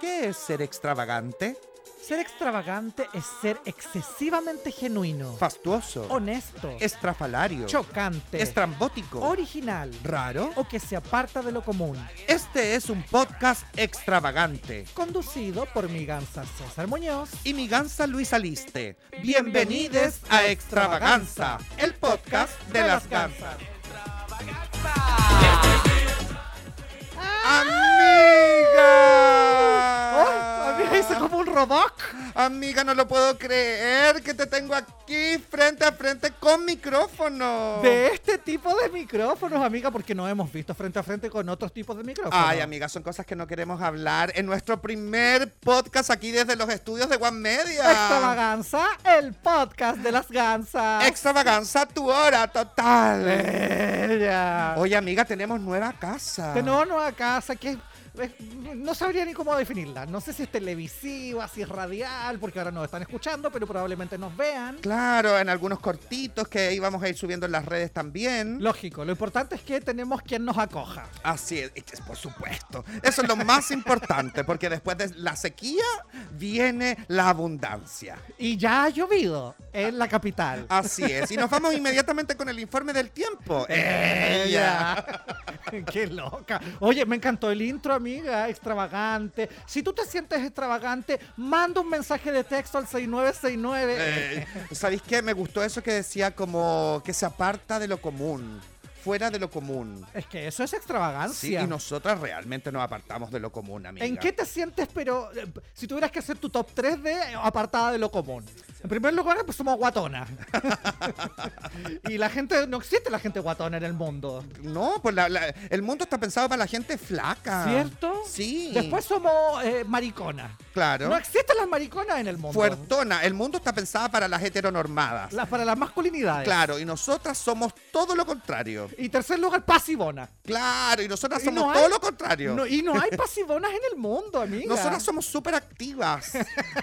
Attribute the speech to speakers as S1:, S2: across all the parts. S1: ¿Qué es ser extravagante?
S2: Ser extravagante es ser excesivamente genuino,
S1: Fastuoso.
S2: Oh, honesto,
S1: Estrafalario.
S2: chocante,
S1: Estrambótico.
S2: Oh, original
S1: raro.
S2: o que se aparta de lo común.
S1: Este es un podcast extravagante.
S2: Conducido por mi gansa César Muñoz.
S1: Y mi gansa Luis Aliste. Bienvenides a Extravaganza, el podcast de las gansas.
S2: ¡Ay!
S1: ¡Amiga!
S2: amiga, hizo como un robot!
S1: Amiga, no lo puedo creer que te tengo aquí frente a frente con micrófono.
S2: De este tipo de micrófonos, amiga, porque no hemos visto frente a frente con otros tipos de micrófonos.
S1: Ay, amiga, son cosas que no queremos hablar en nuestro primer podcast aquí desde los estudios de One Media.
S2: Extravaganza, el podcast de las gansas.
S1: Extravaganza tu hora total.
S2: Eh. Ella.
S1: Oye, amiga, tenemos nueva casa.
S2: Tenemos nueva casa que es- es- no sabría ni cómo definirla. No sé si es televisiva, si es radial, porque ahora nos están escuchando, pero probablemente nos vean.
S1: Claro, en algunos cortitos que íbamos a ir subiendo en las redes también.
S2: Lógico, lo importante es que tenemos quien nos acoja.
S1: Así es, y que es, por supuesto. Eso es lo más importante, porque después de la sequía viene la abundancia.
S2: Y ya ha llovido en la capital.
S1: Así es. Y nos vamos inmediatamente con el informe del tiempo. Ella.
S2: Ella. Qué loca. Oye, me encantó el intro, amiga. Extravagante. Si tú te sientes extravagante, manda un mensaje de texto al 6969.
S1: Eh, ¿Sabéis qué? Me gustó eso que decía como que se aparta de lo común, fuera de lo común.
S2: Es que eso es
S1: Sí,
S2: extravagancia.
S1: y nosotras realmente nos apartamos de lo común, amiga.
S2: ¿En qué te sientes, pero eh, si tuvieras que hacer tu top 3 de apartada de lo común? En primer lugar, pues somos guatonas. y la gente, no existe la gente guatona en el mundo.
S1: No, pues la- la- el mundo está pensado para la gente flaca.
S2: ¿Cierto?
S1: Sí.
S2: Después somos eh, mariconas.
S1: claro.
S2: No existen las mariconas en el mundo.
S1: Fuertona. El mundo está pensado para las heteronormadas.
S2: Las- para las masculinidades.
S1: Claro, y nosotras somos todo lo contrario.
S2: Y tercer lugar, pasivona.
S1: Claro, y nosotras
S2: Y
S1: somos
S2: no hay-
S1: todo lo contrario.
S2: No, y no hay pasivonas en el mundo, amiga.
S1: Nosotras somos súper activas.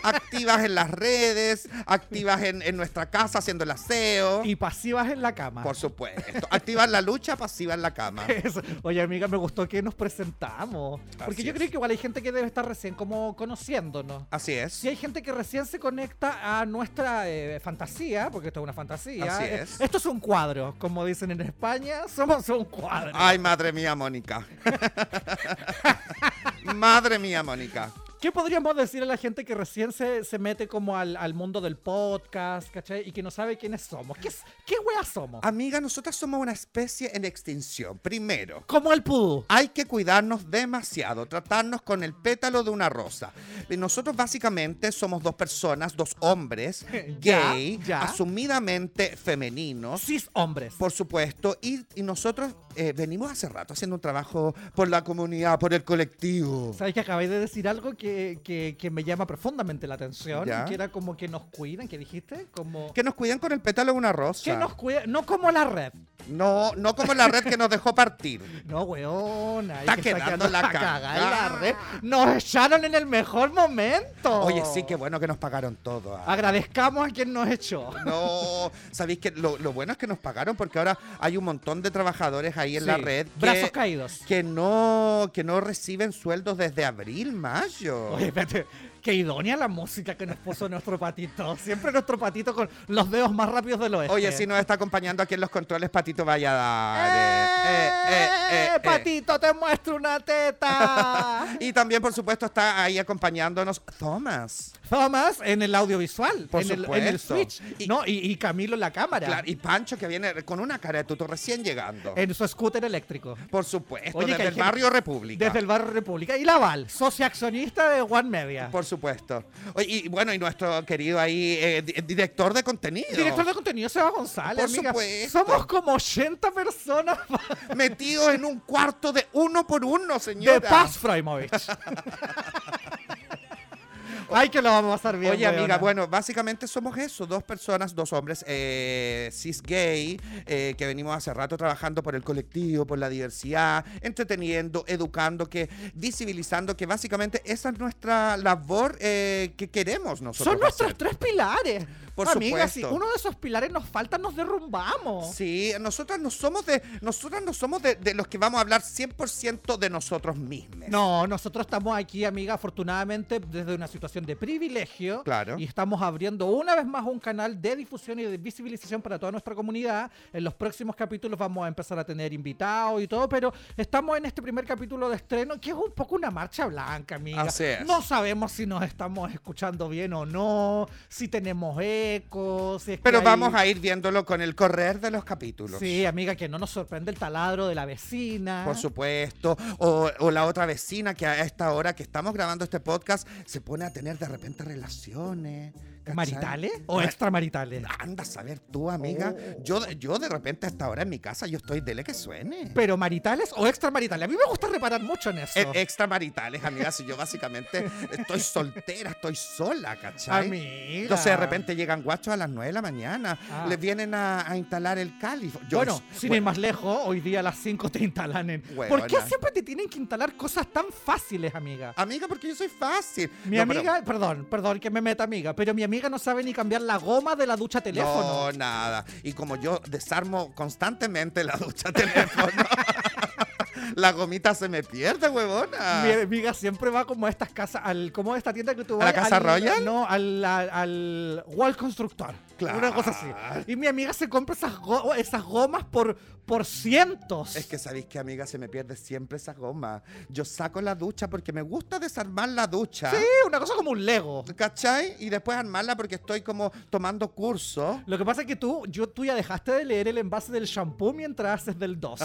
S1: activas en las redes, activas en, en nuestra casa haciendo el aseo.
S2: Y pasivas en la cama.
S1: Por supuesto. Activas la lucha, pasivas la cama.
S2: Eso. Oye, amiga, me gustó que nos presentamos. Porque
S1: Así
S2: yo
S1: es.
S2: creo que igual hay gente que debe estar recién como conociéndonos.
S1: Así es.
S2: Si hay gente que recién se conecta a nuestra eh, fantasía, porque esto es una fantasía.
S1: Así
S2: eh,
S1: es.
S2: Esto es un cuadro, como dicen en España, somos un cuadro.
S1: Ay, madre mía, Mónica. madre mía, Mónica.
S2: ¿Qué podríamos decir a la gente que recién se, se mete como al, al mundo del podcast, ¿cachai? Y que no sabe quiénes somos. ¿Qué, es- qué weas somos?
S1: Amiga, nosotras somos una especie en extinción. Primero,
S2: Como el pudú.
S1: hay que cuidarnos demasiado, tratarnos con el pétalo de una rosa. Y Nosotros básicamente somos dos personas, dos hombres,
S2: Ya,
S1: gay,
S2: ya.
S1: asumidamente femeninos.
S2: Cis hombres.
S1: Por supuesto, y, y nosotros eh, venimos hace rato haciendo un trabajo por la comunidad, por el colectivo.
S2: Sabes que acabáis de decir algo que, que- que me llama profundamente la atención,
S1: Ya.
S2: que era como que nos cuidan, que dijiste, como
S1: Que nos cuiden con el pétalo de una rosa.
S2: que nos cuidan, no como la red.
S1: No, no como la red que nos dejó partir.
S2: No, weón, ahí
S1: Está
S2: que
S1: quedando la
S2: cagada
S1: cagada.
S2: la red. Nos echaron en el mejor momento.
S1: Oye, sí, qué bueno que nos pagaron todo. ah.
S2: Agradezcamos a quien nos echó.
S1: No, sabéis que lo, lo bueno es que nos pagaron porque ahora hay un montón de trabajadores ahí en la
S2: Sí,
S1: red
S2: Brazos
S1: que,
S2: caídos.
S1: que no que no reciben sueldos desde abril, mayo.
S2: Oye, espérate, qué idónea la música que nos puso nuestro patito. Siempre nuestro patito con los dedos más rápidos del oeste. Eh,
S1: Oye, si nos está acompañando aquí en los controles Patito Valladares.
S2: ¡Eh,
S1: Eh, eh, eh, eh.
S2: patito, te muestro una teta.
S1: Y también, por supuesto, está ahí acompañándonos Thomas.
S2: Thomas en el audiovisual,
S1: Por
S2: en, el, en el
S1: supuesto.
S2: switch,
S1: Y-
S2: ¿no? Y, y Camilo en la cámara,
S1: Claro, y Pancho que viene con una cara de tuto recién llegando.
S2: en su scooter eléctrico.
S1: Por supuesto,
S2: Eh, Oye, que
S1: desde
S2: hay
S1: el
S2: gente-
S1: barrio República.
S2: Desde el barrio República. Y Laval, socio accionista de One Media.
S1: Por supuesto. Oye, y bueno, y nuestro querido ahí eh, di- director de contenido.
S2: Director de contenido Seba González.
S1: Por
S2: amiga.
S1: supuesto.
S2: Somos como 80 personas
S1: Metido en un cuarto de uno por uno, señora.
S2: de Paz Freimovic. Ay, que lo vamos a pasar bien.
S1: Oye, amiga,
S2: weona.
S1: bueno, básicamente somos eso, dos personas, dos hombres eh, cis gay, eh, que venimos hace rato trabajando por el colectivo, por la diversidad, entreteniendo, educando, que visibilizando, que básicamente esa es nuestra labor eh, que queremos nosotros.
S2: Son nuestros
S1: hacer.
S2: tres pilares.
S1: Por
S2: Amiga, si
S1: supuesto.
S2: uno de esos pilares nos falta, nos derrumbamos.
S1: Sí, nosotras no somos de nosotras no somos de, de los que vamos a hablar 100% de nosotros mismos.
S2: No, nosotros estamos aquí, amiga, afortunadamente desde una situación de privilegio.
S1: Claro.
S2: Y estamos abriendo una vez más un canal de difusión y de visibilización para toda nuestra comunidad. En los próximos capítulos vamos a empezar a tener invitados y todo, pero estamos en este primer capítulo de estreno, que es un poco una marcha blanca, amiga.
S1: Así es.
S2: No sabemos si nos estamos escuchando bien o no, si tenemos eco, si es que
S1: Pero
S2: hay-
S1: vamos a ir viéndolo con el correr de los capítulos.
S2: Sí, amiga, que no nos sorprende el taladro de la vecina.
S1: Por supuesto. O, o la otra vecina que a esta hora que estamos grabando este podcast se pone a tener de repente relaciones. ¿cachai?
S2: ¿Maritales o extramaritales?
S1: Anda a saber tú, amiga.
S2: Oh.
S1: Yo, yo de repente a esta hora en mi casa yo estoy dele que suene.
S2: ¿Pero maritales o extramaritales? A mí me gusta reparar mucho en eso.
S1: E- extramaritales, amiga. Si yo básicamente estoy soltera, estoy sola, ¿cachai?
S2: Amiga.
S1: Entonces de repente llegan guachos a las 9 de la mañana,
S2: Ah.
S1: les vienen a, a instalar el cáliz. Yo-
S2: bueno, sin ir
S1: bueno,
S2: más lejos, hoy día a las 5 te instalan en... ¿Por qué
S1: Huevona.
S2: siempre te tienen que instalar cosas tan fáciles, amiga?
S1: Amiga, porque yo soy fácil.
S2: Mi
S1: No, pero-
S2: amiga, perdón, perdón que me meta amiga, pero mi amiga no sabe ni cambiar la goma de la ducha
S1: No,
S2: teléfono.
S1: nada. Y como yo desarmo constantemente la ducha teléfono, la gomita se me pierde, huevona.
S2: Mi amiga siempre va como a estas casas, al, como a esta tienda que tú
S1: ¿A la
S2: vas.
S1: Casa
S2: al-
S1: Royal?
S2: No, al, al, al Wall Constructor.
S1: Claro.
S2: Una cosa así. Y mi amiga se compra esas, go- esas gomas por, por cientos.
S1: Es que sabéis que, amiga, se me pierde siempre esa goma. Yo saco la ducha porque me gusta desarmar la ducha.
S2: Sí, una cosa como un Lego.
S1: ¿Cachai? Y después armarla porque estoy como tomando curso.
S2: Lo que pasa es que tú, yo, tú ya dejaste de leer el envase del shampoo mientras haces del 2.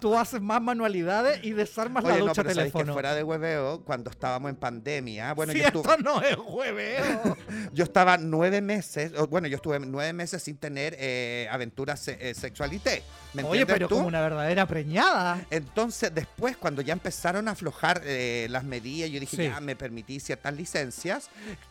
S2: Tú haces más manualidades y desarmas la
S1: Oye, no,
S2: ducha
S1: pero sabéis que
S2: teléfono.
S1: fuera de hueveo, cuando estábamos en pandemia, bueno,
S2: si
S1: yo, estu-
S2: esto no es hueveo.
S1: yo estaba nueve meses, o bueno, yo estuve nueve meses sin tener eh, aventuras se- eh, sexualité. ¿Me
S2: Oye,
S1: entiendes
S2: pero
S1: tú?
S2: como una verdadera preñada.
S1: Entonces, después, cuando ya empezaron a aflojar eh, las medidas, yo dije,
S2: Sí.
S1: ya me permití ciertas licencias,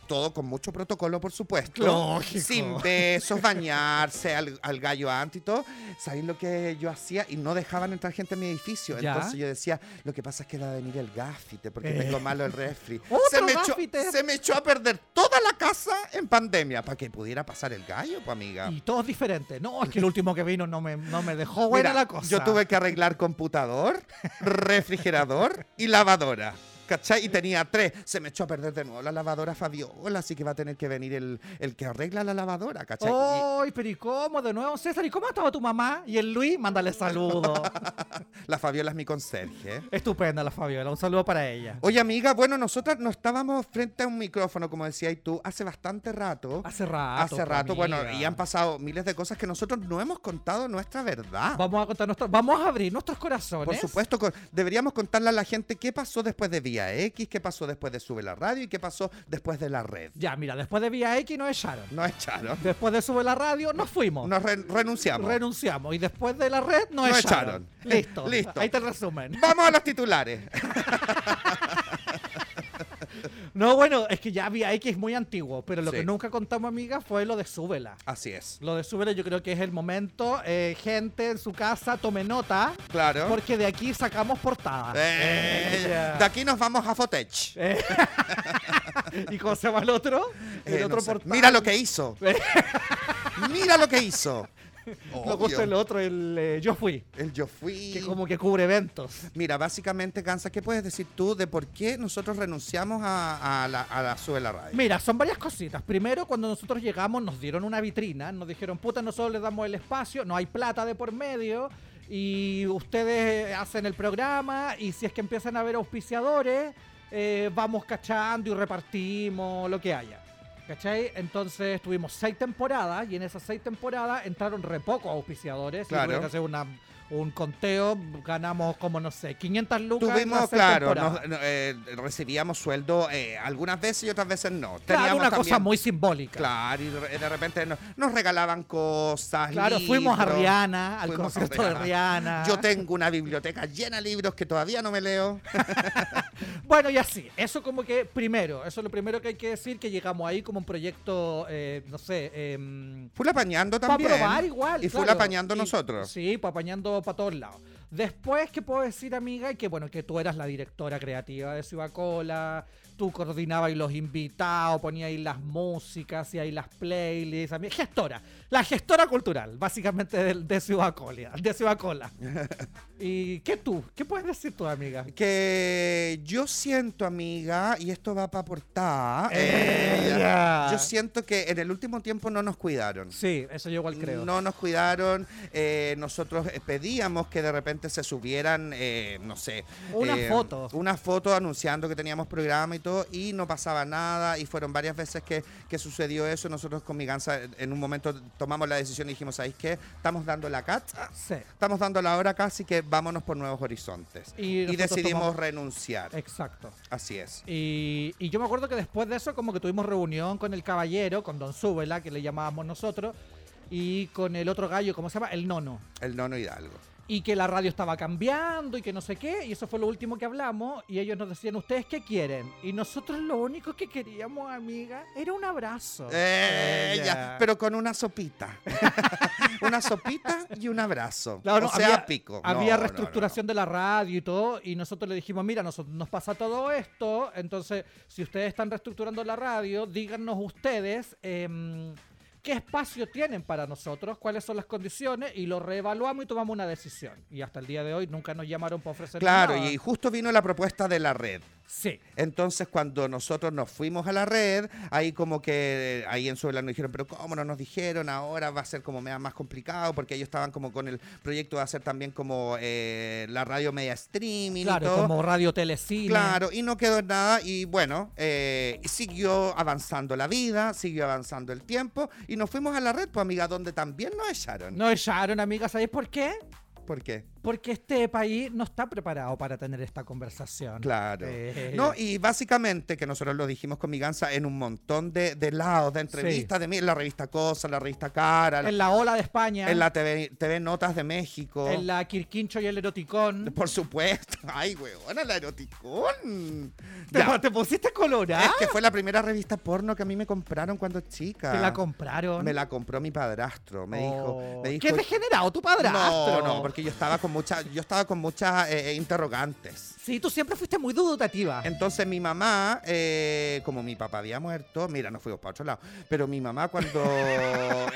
S1: todo con mucho protocolo, por supuesto.
S2: Lógico.
S1: Sin besos, bañarse al, al gallo antes y todo. ¿Sabéis lo que yo hacía? Y no dejaban entrar gente en mi edificio.
S2: Ya.
S1: Entonces yo decía, lo que pasa es que va a venir el gafite, porque
S2: Eh.
S1: tengo malo el refri.
S2: Otro
S1: se, me echó,
S2: gaffiter.
S1: se me echó a perder toda la casa en pandemia para que pudiera pasar el gallo, pues, amiga.
S2: Y todos diferentes. No, es que el último que vino no me, no me dejó buena
S1: Mira,
S2: la cosa.
S1: Yo tuve que arreglar computador, refrigerador y lavadora. ¿Cachai? Y tenía tres. Se me echó a perder de nuevo la lavadora Fabiola, así que va a tener que venir el, el que arregla la lavadora, ¿cachai?
S2: ¡Ay, pero y cómo de nuevo, César! ¿Y cómo estaba tu mamá? Y el Luis, mándale saludos.
S1: Y la Fabiola es mi conserje.
S2: Estupenda la Fabiola, un saludo para ella.
S1: Oye, amiga, bueno, nosotras no estábamos frente a un micrófono, como decías tú, hace bastante rato.
S2: Hace rato.
S1: Hace
S2: pues,
S1: rato, bueno,
S2: amiga.
S1: y han pasado miles de cosas que nosotros no hemos contado nuestra verdad.
S2: Vamos a contar nuestro, vamos a abrir nuestros corazones.
S1: Por supuesto, con- deberíamos contarle a la gente qué pasó después de Vía X, qué pasó después de Sube la Radio y qué pasó después de la red.
S2: Ya, mira, después de Vía X nos echaron.
S1: Nos echaron,
S2: Después de Sube la Radio nos fuimos.
S1: nos re- renunciamos.
S2: renunciamos. Y después de la red nos,
S1: Nos
S2: echaron.
S1: echaron.
S2: Listo.
S1: Listo.
S2: Ahí está el resumen.
S1: Vamos a los titulares.
S2: No, bueno, es que ya Vía X es muy antiguo, pero lo
S1: Sí.
S2: que nunca contamos, amiga, fue lo de Súbela.
S1: Así es.
S2: Lo de Súbela yo creo que es el momento. Eh, gente en su casa, tome nota,
S1: Claro.
S2: porque de aquí sacamos portada.
S1: Eh,
S2: Ella.
S1: de aquí nos vamos a Fotech.
S2: Eh. ¿Y cómo se llama el otro? El
S1: Eh, no
S2: otro
S1: sé.
S2: portal.
S1: Mira lo que hizo. Mira lo que hizo.
S2: Lo
S1: Obvio.
S2: puso el otro, el eh, Yo Fui,
S1: El yo fui.
S2: que como que cubre eventos.
S1: Mira, básicamente, Gansa, ¿qué puedes decir tú de por qué nosotros renunciamos a, a la, a la Sube la Radio?
S2: Mira, son varias cositas. Primero, cuando nosotros llegamos, nos dieron una vitrina, nos dijeron, puta, nosotros les damos el espacio, no hay plata de por medio, y ustedes eh, hacen el programa, y si es que empiezan a haber auspiciadores, eh, vamos cachando y repartimos lo que haya. ¿Cachai? Entonces tuvimos seis temporadas y en esas seis temporadas entraron re pocos auspiciadores.
S1: Claro.
S2: Y tuvieron que hacer una- un conteo, ganamos como, no sé, 500 lucas. en las
S1: Tuvimos,
S2: seis
S1: claro,
S2: temporadas.
S1: nos- no, eh, recibíamos sueldo eh, algunas veces y otras veces no.
S2: Claro,
S1: Teníamos
S2: una cosa
S1: también-
S2: muy simbólica.
S1: Claro, y de re- de repente no- nos regalaban cosas.
S2: Claro, fuimos a
S1: libros.
S2: Rihanna, al
S1: Fuimos a
S2: concierto de Rihanna.
S1: Yo tengo una biblioteca llena de libros que todavía no me leo.
S2: Bueno, y así. Eso como que primero, eso es lo primero que hay que decir, que llegamos ahí como un proyecto, eh, no sé, eh,
S1: Full apañando
S2: para
S1: también.
S2: probar igual.
S1: Y full
S2: claro.
S1: apañando
S2: Y-
S1: nosotros.
S2: Sí, para apañando para todos lados. Después, ¿qué puedo decir, amiga? Que bueno, que tú eras la directora creativa de Ciudad Cola, tú coordinabas los invitados, ponías ahí las músicas, y ahí las playlists, a mí- gestora, la gestora cultural, básicamente de, de Ciudad Cola. De Ciudad Cola. ¿Y qué tú? ¿Qué puedes decir tú, amiga?
S1: Que yo siento, amiga, y esto va para aportar.
S2: Ella.
S1: Yo siento que en el último tiempo no nos cuidaron.
S2: Sí, eso yo igual creo.
S1: No nos cuidaron. eh, nosotros eh, pedíamos que de repente se subieran, eh, no sé.
S2: Una
S1: eh,
S2: foto.
S1: Una foto anunciando que teníamos programa y todo, y no pasaba nada. Y fueron varias veces que, que sucedió eso. Nosotros con Miganza en- en un momento tomamos la decisión y dijimos: ¿Sabéis qué? Estamos dando la cacha.
S2: Sí.
S1: Estamos dando la hora casi que vámonos por nuevos horizontes.
S2: Y
S1: Y,
S2: nosotros
S1: decidimos
S2: tomamos-
S1: renunciar.
S2: Exacto.
S1: Así es.
S2: Y, y yo me acuerdo que después de eso, como que tuvimos reunión con el caballero, con Don Súbela, que le llamábamos nosotros, y con el otro gallo, ¿cómo se llama? El nono.
S1: El nono Hidalgo.
S2: Y que la radio estaba cambiando y que no sé qué, y eso fue lo último que hablamos, y ellos nos decían, ¿ustedes qué quieren? Y nosotros lo único que queríamos, amiga, era un abrazo.
S1: Eh,
S2: Ella.
S1: ya, Pero con una sopita. una sopita y un abrazo.
S2: Claro, no,
S1: o sea,
S2: había-
S1: pico. No,
S2: Había
S1: no, no, no.
S2: reestructuración de la radio y todo, y nosotros le dijimos, mira, nosotros, nos pasa todo esto, entonces, si ustedes están reestructurando la radio, díganos ustedes em, qué espacio tienen para nosotros, cuáles son las condiciones, y lo reevaluamos y tomamos una decisión. Y hasta el día de hoy nunca nos llamaron para ofrecer
S1: Claro,
S2: nada.
S1: y justo vino la propuesta de la red.
S2: Sí.
S1: Entonces, cuando nosotros nos fuimos a la red, ahí como que ahí en Suela nos dijeron, pero ¿cómo no nos dijeron? Ahora va a ser como mea más complicado, porque ellos estaban como con el proyecto de hacer también como eh, la radio media streaming y
S2: Claro,
S1: todo.
S2: como radio telecine.
S1: Claro, y no quedó en nada y bueno, eh, siguió avanzando la vida, siguió avanzando el tiempo y nos fuimos a la red, pues amiga, donde también nos echaron.
S2: No echaron, amiga, ¿sabéis por qué?
S1: ¿Por qué?
S2: Porque este país no está preparado para tener esta conversación.
S1: Claro.
S2: Eh.
S1: No, y básicamente, que nosotros lo dijimos con Miganza en un montón de, de lados, de entrevistas, de mí, en la revista Cosa, en la revista Cara,
S2: En la ola de España.
S1: en la TV, TV Notas de México.
S2: En la Quirquincho y el Eroticón.
S1: Por supuesto. Ay, weona, la eroticón.
S2: Te,
S1: Ya.
S2: te pusiste
S1: Es
S2: colorada.
S1: que fue la primera revista porno que a mí me compraron cuando chica.
S2: Te la compraron.
S1: Me la compró mi padrastro, me dijo.
S2: Oh.
S1: Me dijo
S2: ¿Qué degenerado tu padrastro?
S1: No, no, porque yo estaba con muchas, yo estaba con muchas eh, interrogantes.
S2: Sí, tú siempre fuiste muy dudutativa.
S1: Entonces mi mamá, eh, como mi papá había muerto, mira, nos fuimos para otro lado, pero mi mamá cuando eh,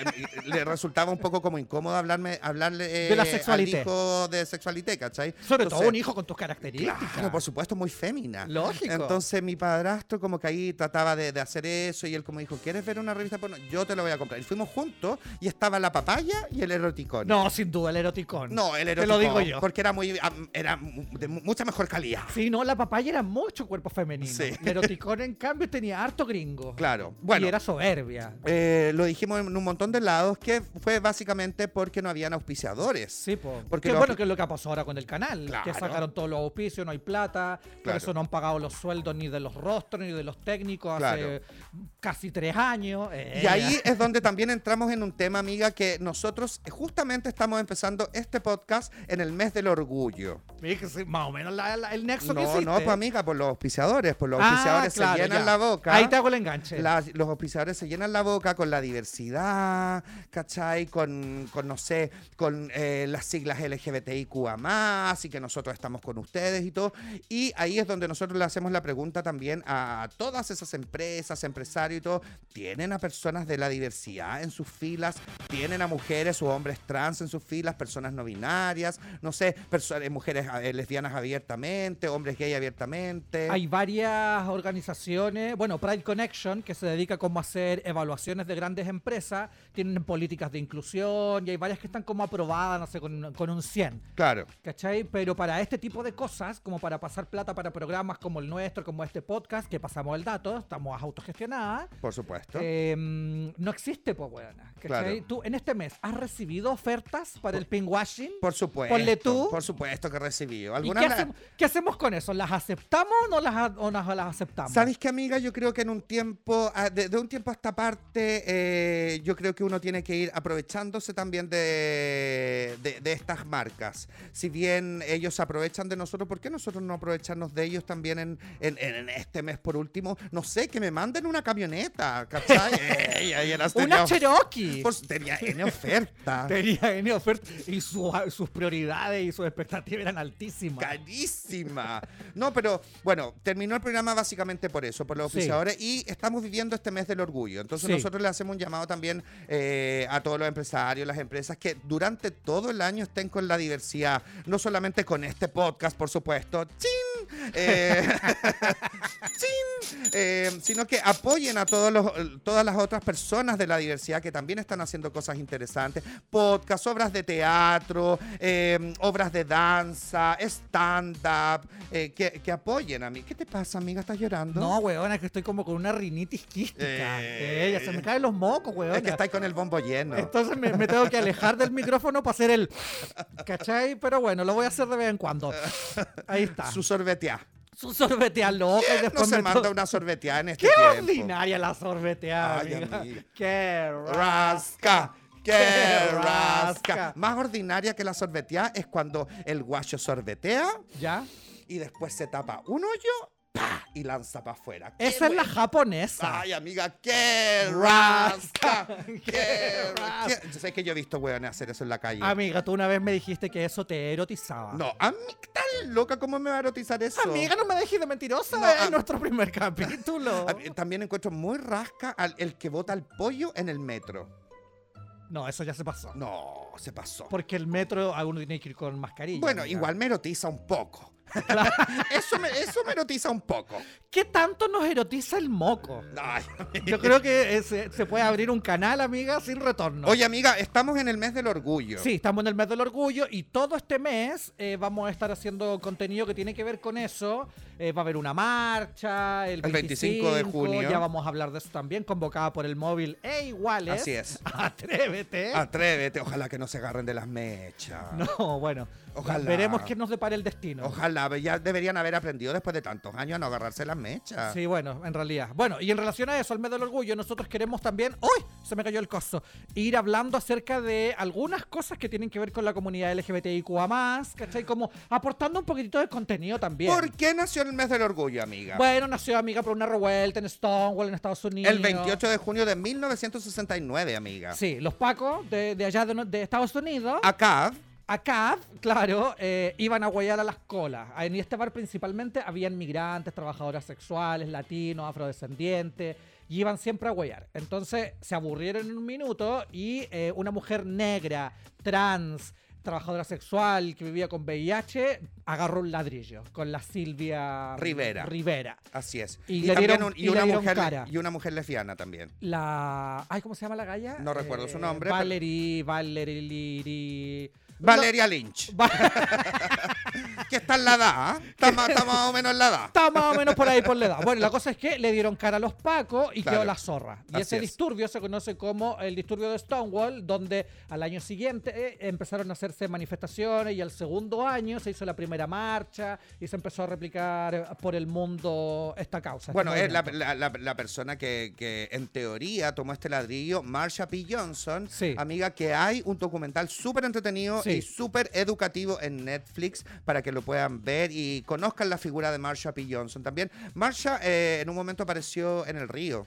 S1: le resultaba un poco como incómodo hablarme, hablarle eh,
S2: De la
S1: al
S2: sexualité.
S1: hijo de sexualité, ¿cachai?
S2: Sobre todo
S1: Entonces,
S2: un hijo con tus características.
S1: Claro, por supuesto, muy fémina.
S2: Lógico.
S1: Entonces mi padrastro como que ahí trataba de, de hacer eso y él como dijo, ¿quieres ver una revista porno? Yo te la voy a comprar. Y fuimos juntos y estaba la papaya y el eroticón.
S2: no, sin duda, el Eroticón.
S1: No, el
S2: Te
S1: eroticón.
S2: lo digo yo.
S1: Porque era muy am- era mu- de mu- mucha mejor calidad.
S2: Sí, no, la papaya era mucho cuerpo femenino.
S1: Sí.
S2: El Eroticón, en cambio, tenía harto gringo.
S1: Claro. Bueno.
S2: Y era soberbia.
S1: eh, lo dijimos en un montón de lados que fue básicamente porque no habían auspiciadores.
S2: Sí, po.
S1: Porque
S2: Porque
S1: lo-
S2: bueno, que es lo que ha pasado ahora con el canal. Que
S1: Claro.
S2: sacaron todos los auspicios, no hay plata. Por
S1: Claro.
S2: eso no han pagado los sueldos ni de los rostros ni de los técnicos hace
S1: Claro.
S2: casi tres años. Eh,
S1: Y ahí es donde también entramos en un tema, amiga, que nosotros justamente estamos empezando este podcast en el mes del orgullo.
S2: Mira que sí, Más o menos la- la- el nexo que
S1: No,
S2: hiciste.
S1: no, pues amiga, por los auspiciadores, por los
S2: Ah,
S1: auspiciadores
S2: claro,
S1: se llenan
S2: ya.
S1: la boca.
S2: Ahí te hago el enganche.
S1: La- los auspiciadores se llenan la boca con la diversidad, ¿cachai? Con, con, no sé, con eh, las siglas LGBTIQA más y que nosotros estamos con ustedes y todo. Y ahí es donde nosotros le hacemos la pregunta también a todas esas empresas, empresarios y todo. ¿Tienen a personas de la diversidad en sus filas? ¿Tienen a mujeres o hombres trans en sus filas? ¿Personas no binarias? No sé, perso- eh, mujeres eh, lesbianas abiertamente, hombres gay abiertamente.
S2: Hay varias organizaciones, bueno, Pride Connection, que se dedica como a hacer evaluaciones de grandes empresas, tienen políticas de inclusión y hay varias que están como aprobadas, no sé, con, con un 100.
S1: Claro.
S2: ¿Cachai? Pero para este tipo de cosas, como para pasar plata para programas como el nuestro, como este podcast, que pasamos el dato, estamos autogestionadas,
S1: Por supuesto.
S2: eh, no existe, pues, weona. ¿Cachai?
S1: Claro.
S2: Tú, en este mes, ¿has recibido ofertas para el pinkwashing?
S1: Por supuesto.
S2: Ponle tú.
S1: Por supuesto que recibido.
S2: ¿Y
S1: Algunas
S2: qué,
S1: las-
S2: hacemos, qué hacemos con eso? ¿Las aceptamos o no las, a- o no las aceptamos?
S1: ¿Sabes qué, amiga? Yo creo que en un tiempo, ah, de, de un tiempo a esta parte, eh, yo creo que uno tiene que ir aprovechándose también de, de- de estas marcas. Si bien ellos se aprovechan de nosotros, ¿por qué nosotros no aprovecharnos de ellos también en, en- en- en este mes por último? No sé, que me manden una camioneta, ¿cachai? Ey, ayer las
S2: Una
S1: tenía-
S2: Cherokee.
S1: pues, tenía en oferta.
S2: Tenía N oferta y su- sus prioridades y sus expectativas eran altísimas.
S1: Carísima. No, pero bueno, terminó el programa básicamente por eso, por los
S2: Sí.
S1: oficiadores, y estamos viviendo este mes del orgullo. Entonces
S2: Sí.
S1: nosotros le hacemos un llamado también eh, a todos los empresarios, las empresas, que durante todo el año estén con la diversidad, no solamente con este podcast, por supuesto, ¡Chin! Eh, ¡Chin! Eh, sino que apoyen a todos los, todas las otras personas de la diversidad que también están haciendo cosas interesantes, podcasts, obras de teatro, eh, obras de danza, stand-up, eh, que, que apoyen a mí. ¿Qué te pasa, amiga? ¿Estás llorando?
S2: No, weona, que estoy como con una rinitis quística.
S1: Eh.
S2: Ella, se me caen los mocos, weona.
S1: Es que estáis con el bombo lleno.
S2: Entonces me, me tengo que alejar del micrófono para hacer el... ¿Cachai? Pero bueno, lo voy a hacer de vez en cuando. Ahí está.
S1: Su sorbeteá.
S2: Su sorbetea loca y
S1: No
S2: después
S1: se
S2: me
S1: manda
S2: to-
S1: una sorbeteá en este
S2: ¡Qué
S1: tiempo.
S2: ordinaria la sorbetea,
S1: Ay,
S2: amiga!
S1: amiga.
S2: ¡Qué
S1: Rasca. ¡Qué
S2: ¡Qué
S1: rasca!
S2: rasca!
S1: Más ordinaria que la sorbeteá es cuando el guacho sorbetea
S2: ¿Ya?
S1: y después se tapa un hoyo ¡pa! y lanza para afuera. ¡Qué
S2: Esa es la
S1: buen-
S2: japonesa.
S1: Ay, amiga, qué rasca. qué rasca. Yo sé que yo he visto hueones hacer eso en la calle.
S2: Amiga, tú una vez me dijiste que eso te erotizaba.
S1: no, a mí, tan loca, ¿cómo me va a erotizar eso?
S2: Amiga, no me dejes de mentirosa
S1: No,
S2: en
S1: am-
S2: nuestro primer capítulo.
S1: A- También encuentro muy rasca al el que bota el pollo en el metro.
S2: No, eso ya se pasó.
S1: No, se pasó.
S2: Porque el metro a uno tiene que ir con mascarilla.
S1: Bueno,
S2: amiga.
S1: igual me erotiza un poco. eso, me, eso me erotiza un poco.
S2: ¿Qué tanto nos erotiza el moco?
S1: Ay,
S2: Yo creo que eh, se, se puede abrir un canal, amiga, sin retorno.
S1: Oye, amiga, estamos en el mes del orgullo.
S2: Sí, estamos en el mes del orgullo y todo este mes eh, vamos a estar haciendo contenido que tiene que ver con eso. Eh, va a haber una marcha el,
S1: El 25 de junio.
S2: Ya vamos a hablar de eso también, convocada por el móvil e iguales.
S1: Así es. Ah,
S2: Atrévete.
S1: Atrévete, ojalá que no se agarren de las mechas.
S2: no, bueno.
S1: Ojalá.
S2: Veremos qué nos depara el destino.
S1: Ojalá, ya deberían haber aprendido después de tantos años a no agarrarse las mechas.
S2: Sí, bueno, en realidad. Bueno, y en relación a eso, al mes del orgullo, nosotros queremos también, ¡Uy! Se me cayó el coso. Ir hablando acerca de algunas cosas que tienen que ver con la comunidad LGBTIQA, ¿cachai? Como aportando un poquitito de contenido también.
S1: ¿Por qué nació el mes del orgullo, amiga?
S2: Bueno, nació amiga por una revuelta en Stonewall, en Estados Unidos.
S1: el 28 de junio de 1969, amiga.
S2: Sí, los pacos de, de allá de, no- de Estados Unidos,
S1: Acá,
S2: acá, claro, eh, iban a guayar a las colas. En este bar principalmente habían migrantes, trabajadoras sexuales, latinos, afrodescendientes, y iban siempre a guayar. Entonces se aburrieron en un minuto y eh, una mujer negra, trans, trabajadora sexual que vivía con VIH, agarró un ladrillo con la Silvia
S1: Rivera.
S2: Rivera.
S1: así es.
S2: Y le
S1: también
S2: dieron- y le dieron
S1: mujer,
S2: cara.
S1: y una mujer lesbiana también.
S2: la. Ay, ¿cómo se llama la galla? Eh,
S1: No recuerdo su nombre, pero-
S2: Valerie, Valerie, Liri-
S1: Valeria Lynch,
S2: No, va-
S1: que está en la edad, ¿ah? está, más, está más o menos en la edad.
S2: está más o menos por ahí por la edad. Bueno, la cosa es que le dieron cara a los pacos y
S1: Claro.
S2: quedó la zorra. Y
S1: Así
S2: ese
S1: es.
S2: disturbio se conoce como el disturbio de Stonewall, donde al año siguiente eh, empezaron a hacerse manifestaciones y al segundo año se hizo la primera marcha y se empezó a replicar por el mundo esta causa. este
S1: Bueno, es la,
S2: movimiento.
S1: la- la- la persona que, que en teoría tomó este ladrillo, Marsha P. Johnson,
S2: Sí.
S1: amiga, que hay un documental súper entretenido
S2: Sí.
S1: y súper educativo en Netflix para que lo puedan ver y conozcan la figura de Marsha P. Johnson también. Marsha eh, en un momento apareció en el río.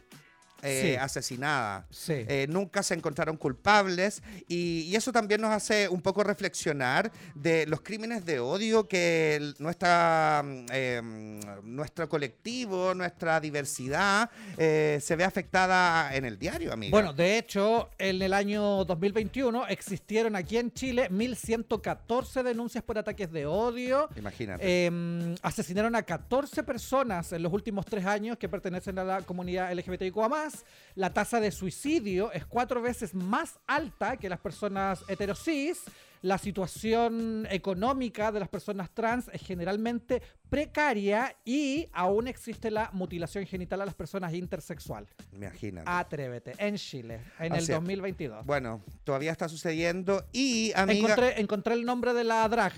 S1: eh,
S2: Sí.
S1: asesinada.
S2: Sí.
S1: Eh, nunca se encontraron culpables y, y eso también nos hace un poco reflexionar de los crímenes de odio que el- nuestra, mm, eh, mm, nuestro colectivo, nuestra diversidad eh, se ve afectada en el diario, amigo.
S2: Bueno, de hecho, en el año 2021 existieron aquí en Chile 1.114 denuncias por ataques de odio.
S1: imagínate.
S2: Eh, asesinaron a 14 personas en los últimos tres años que pertenecen a la comunidad LGBTIQA+. La tasa de suicidio es cuatro veces más alta que las personas heterosis. La situación económica de las personas trans es generalmente precaria y aún existe la mutilación genital a las personas intersexuales.
S1: imagínate.
S2: ah, Atrévete, en Chile, en
S1: Así
S2: el
S1: es.
S2: 2022.
S1: Bueno, todavía está sucediendo y, amiga,
S2: Encontré, encontré el nombre de la drag.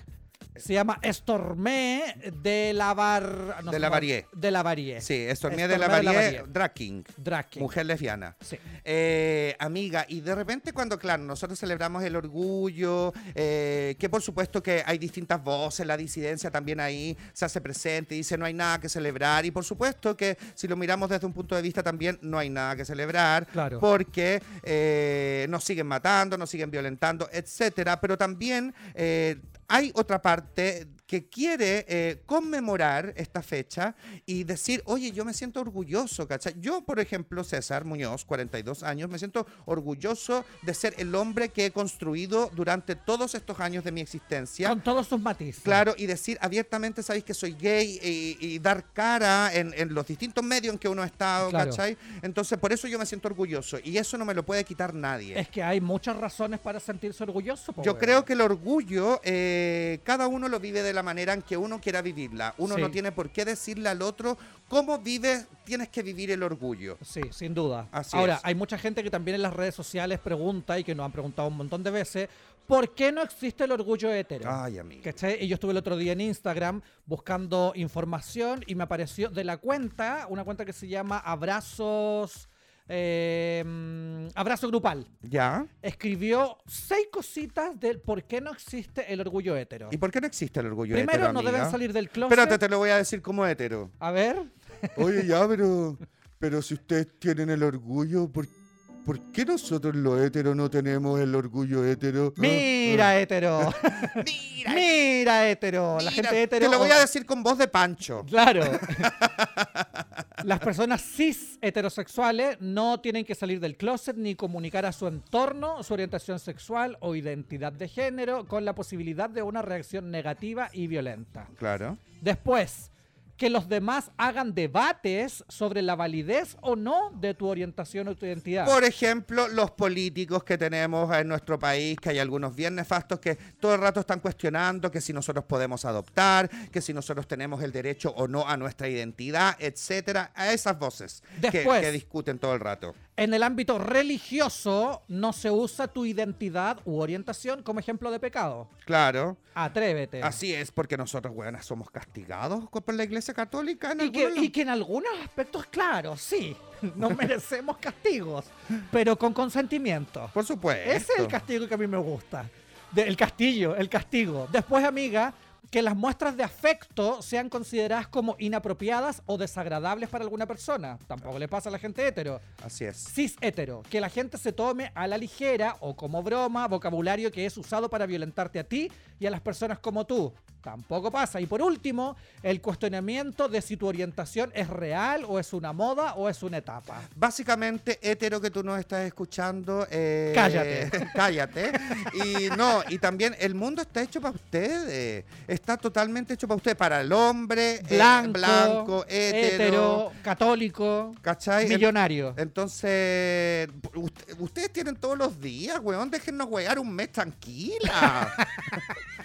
S2: Se llama Estormé de la Bar... no
S1: De
S2: sé
S1: la
S2: cómo-
S1: Varié.
S2: De la Varié.
S1: Sí, Estormé
S2: Estormé
S1: de la
S2: de
S1: María,
S2: la Varié.
S1: drag king,
S2: Drag king.
S1: mujer lesbiana.
S2: Sí.
S1: Eh, amiga, y de repente cuando, claro, nosotros celebramos el orgullo, eh, que por supuesto que hay distintas voces, la disidencia también ahí se hace presente, y dice no hay nada que celebrar, y por supuesto que si lo miramos desde un punto de vista también no hay nada que celebrar,
S2: Claro.
S1: porque eh, nos siguen matando, nos siguen violentando, etcétera, pero también... eh, hay otra parte que quiere eh, conmemorar esta fecha y decir, oye, yo me siento orgulloso, ¿cachai? Yo, por ejemplo, César Muñoz, 42 años, me siento orgulloso de ser el hombre que he construido durante todos estos años de mi existencia.
S2: Con todos sus matices.
S1: Claro, y decir abiertamente, sabéis que soy gay y, y dar cara en, en los distintos medios en que uno ha estado,
S2: Claro.
S1: ¿cachai? Entonces, por eso yo me siento orgulloso y eso no me lo puede quitar nadie.
S2: Es que hay muchas razones para sentirse orgulloso. po,
S1: Yo
S2: weón.
S1: creo que el orgullo, eh, cada uno lo vive de la manera en que uno quiera vivirla. Uno
S2: Sí.
S1: no tiene por qué decirle al otro cómo vives, tienes que vivir el orgullo.
S2: Sí, sin duda.
S1: Así
S2: Ahora,
S1: es.
S2: hay mucha gente que también en las redes sociales pregunta y que nos han preguntado un montón de veces, ¿por qué no existe el orgullo hetero?
S1: Ay, amigo.
S2: ¿Cachai? Y yo estuve el otro día en Instagram buscando información y me apareció de la cuenta, una cuenta que se llama Abrazos. eh, mm, abrazo grupal.
S1: ¿Ya?
S2: Escribió seis cositas del por qué no existe el orgullo hetero.
S1: ¿Y por qué no existe el orgullo
S2: Primero,
S1: hetero,
S2: no
S1: amiga?
S2: deben salir del closet.
S1: Espérate, te lo voy a decir como hetero.
S2: A ver.
S3: Oye, ya, pero, pero si ustedes tienen el orgullo, ¿por, por qué nosotros los héteros no tenemos el orgullo hétero? Ah, ah.
S2: Mira, hetero.
S1: Mm, Mira,
S2: Mira, hetero. La
S1: mira,
S2: gente hetero.
S1: Te lo voy a decir con voz de Pancho.
S2: Claro. Las personas cis heterosexuales no tienen que salir del closet ni comunicar a su entorno su orientación sexual o identidad de género con la posibilidad de una reacción negativa y violenta.
S1: Claro.
S2: Después, que los demás hagan debates sobre la validez o no de tu orientación o tu identidad.
S1: Por ejemplo, los políticos que tenemos en nuestro país, que hay algunos bien nefastos que todo el rato están cuestionando que si nosotros podemos adoptar, que si nosotros tenemos el derecho o no a nuestra identidad, etcétera, a esas voces que-
S2: Después.
S1: que discuten todo el rato.
S2: En el ámbito religioso, no se usa tu identidad u orientación como ejemplo de pecado.
S1: Claro.
S2: Atrévete.
S1: Así es, porque nosotros, weonas, somos castigados co- por la iglesia católica en
S2: Y que,
S1: algunos
S2: y que en algunos aspectos, claro, sí, nos merecemos castigos, pero con consentimiento.
S1: lados. Por supuesto.
S2: Ese es el castigo que a mí me gusta. De- el castillo, el castigo. Después, amiga, que las muestras de afecto sean consideradas como inapropiadas o desagradables para alguna persona. Tampoco le pasa a la gente hetero.
S1: Así es.
S2: Cis hetero. Que la gente se tome a la ligera o como broma, vocabulario que es usado para violentarte a ti y a las personas como tú. Tampoco pasa. Y por último, el cuestionamiento de si tu orientación es real o es una moda o es una etapa.
S1: Básicamente, hetero que tú nos estás escuchando. eh,
S2: Cállate.
S1: cállate. Y no, y también el mundo está hecho para ustedes. Está totalmente hecho para ustedes. Para el hombre, eh,
S2: Blanco,
S1: blanco hetero.
S2: hetero, católico,
S1: ¿Cachai?
S2: millonario.
S1: Entonces, ust- ustedes tienen todos los días, weón. Déjennos wear un mes tranquila.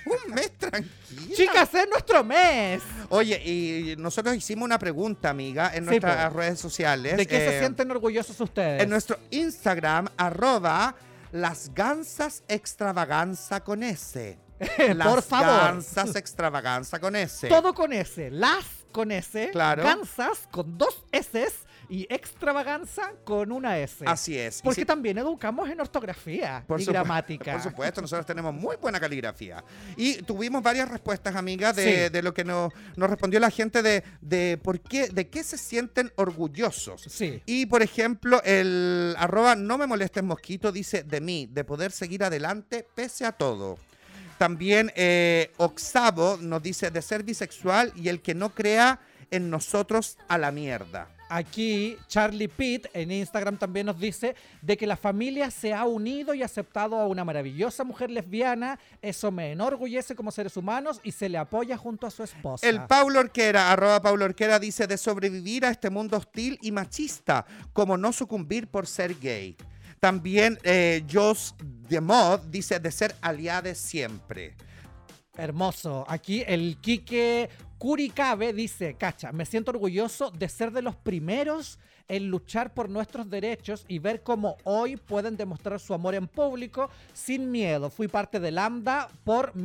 S1: un mes tranquila.
S2: Chicas, es nuestro mes.
S1: Oye, y nosotros hicimos una pregunta, amiga, en
S2: Sí,
S1: nuestras
S2: po.
S1: redes sociales.
S2: ¿De qué se
S1: eh,
S2: sienten orgullosos ustedes?
S1: En nuestro Instagram, arroba las gansas extravaganza con S. Las
S2: Eh, Por favor.
S1: gansas extravaganza con S.
S2: Todo con S, las con S,
S1: Claro.
S2: gansas con dos S y extravaganza con una S.
S1: Así es. Y
S2: Porque
S1: si-
S2: también educamos en ortografía
S1: Por
S2: y
S1: supu-
S2: gramática.
S1: Por supuesto, nosotros tenemos muy buena caligrafía. Y tuvimos varias respuestas, amigas, de,
S2: Sí.
S1: de lo que nos, nos respondió la gente de, de por qué, de qué se sienten orgullosos.
S2: Sí.
S1: Y por ejemplo, el arroba no me molestes mosquito dice de mí, de poder seguir adelante pese a todo. También eh, Oxavo nos dice de ser bisexual y el que no crea en nosotros a la mierda.
S2: Aquí Charlie Pitt en Instagram también nos dice de que la familia se ha unido y aceptado a una maravillosa mujer lesbiana. Eso me enorgullece como seres humanos y se le apoya junto a su esposa.
S1: El Paulo Orquera, arroba Paulo Orquera, dice de sobrevivir a este mundo hostil y machista, como no sucumbir por ser gay. También eh, Jos de Mod dice de ser aliades siempre.
S2: Hermoso. Aquí el Quique Curicabe dice, cacha, me siento orgulloso de ser de los primeros en luchar por nuestros derechos y ver cómo hoy pueden demostrar su amor en público sin miedo. Fui parte de Lambda por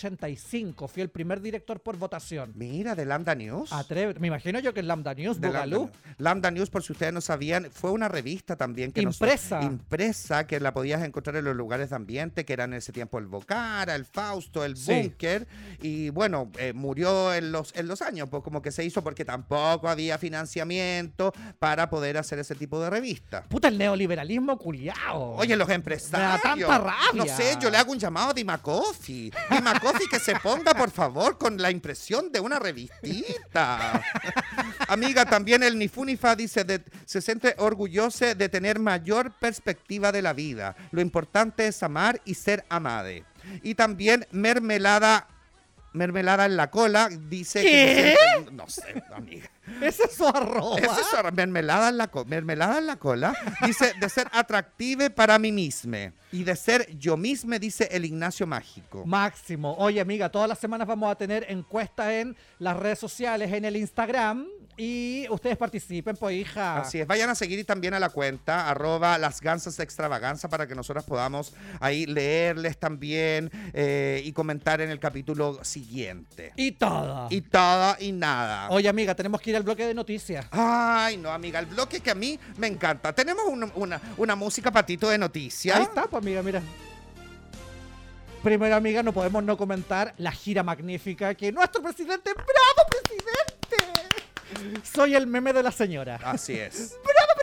S2: 1985. Fui el primer director por votación.
S1: Mira, de Lambda News.
S2: Atrévete. Me imagino yo que es Lambda News,
S1: de Lambda,
S2: Bugalú.
S1: News. Lambda News, por si ustedes no sabían, fue una revista también que nos-
S2: Impresa.
S1: impresa que la podías encontrar en los lugares de ambiente que eran en ese tiempo el Bocara, el Fausto, el
S2: Sí.
S1: Búnker y bueno eh, murió en los en los años pues como que se hizo porque tampoco había financiamiento para poder hacer ese tipo de revista.
S2: Puta, el neoliberalismo culiao.
S1: Oye, los empresarios.
S2: tanta rabia.
S1: No sé, yo le hago un llamado a Dima Coffee. Dima Coffee que se ponga, por favor, con la impresión de una revistita. Amiga, también el Nifunifa dice, de- se siente orgullosa de tener mayor perspectiva de la vida. Lo importante es amar y ser amade. Y también mermelada... Mermelada en la cola, dice
S2: ¿Qué?
S1: que... se siente- No sé, amiga.
S2: Ese es su arroba.
S1: Eso es sor- mermelada en la, co- mermelada en la cola. Dice, de ser atractive para mí misma. Y de ser yo misma, dice el Ignacio Mágico.
S2: Máximo. Oye, amiga, todas las semanas vamos a tener encuestas en las redes sociales, en el Instagram. Y ustedes participen, pues, hija.
S1: Así es, vayan a seguir también a la cuenta, arroba las gansas de extravaganza, para que nosotras podamos ahí leerles también eh, y comentar en el capítulo siguiente.
S2: Y todo.
S1: Y todo y nada.
S2: Ah. Oye, amiga, tenemos que ir al bloque de noticias.
S1: Ay, no, amiga, el bloque que a mí me encanta. Tenemos un- una, una música patito de noticias.
S2: Ahí está, pues, amiga, mira. Primero, amiga, no podemos no comentar la gira magnífica que nuestro presidente, bravo presidente. Soy el meme de la señora.
S1: Así es.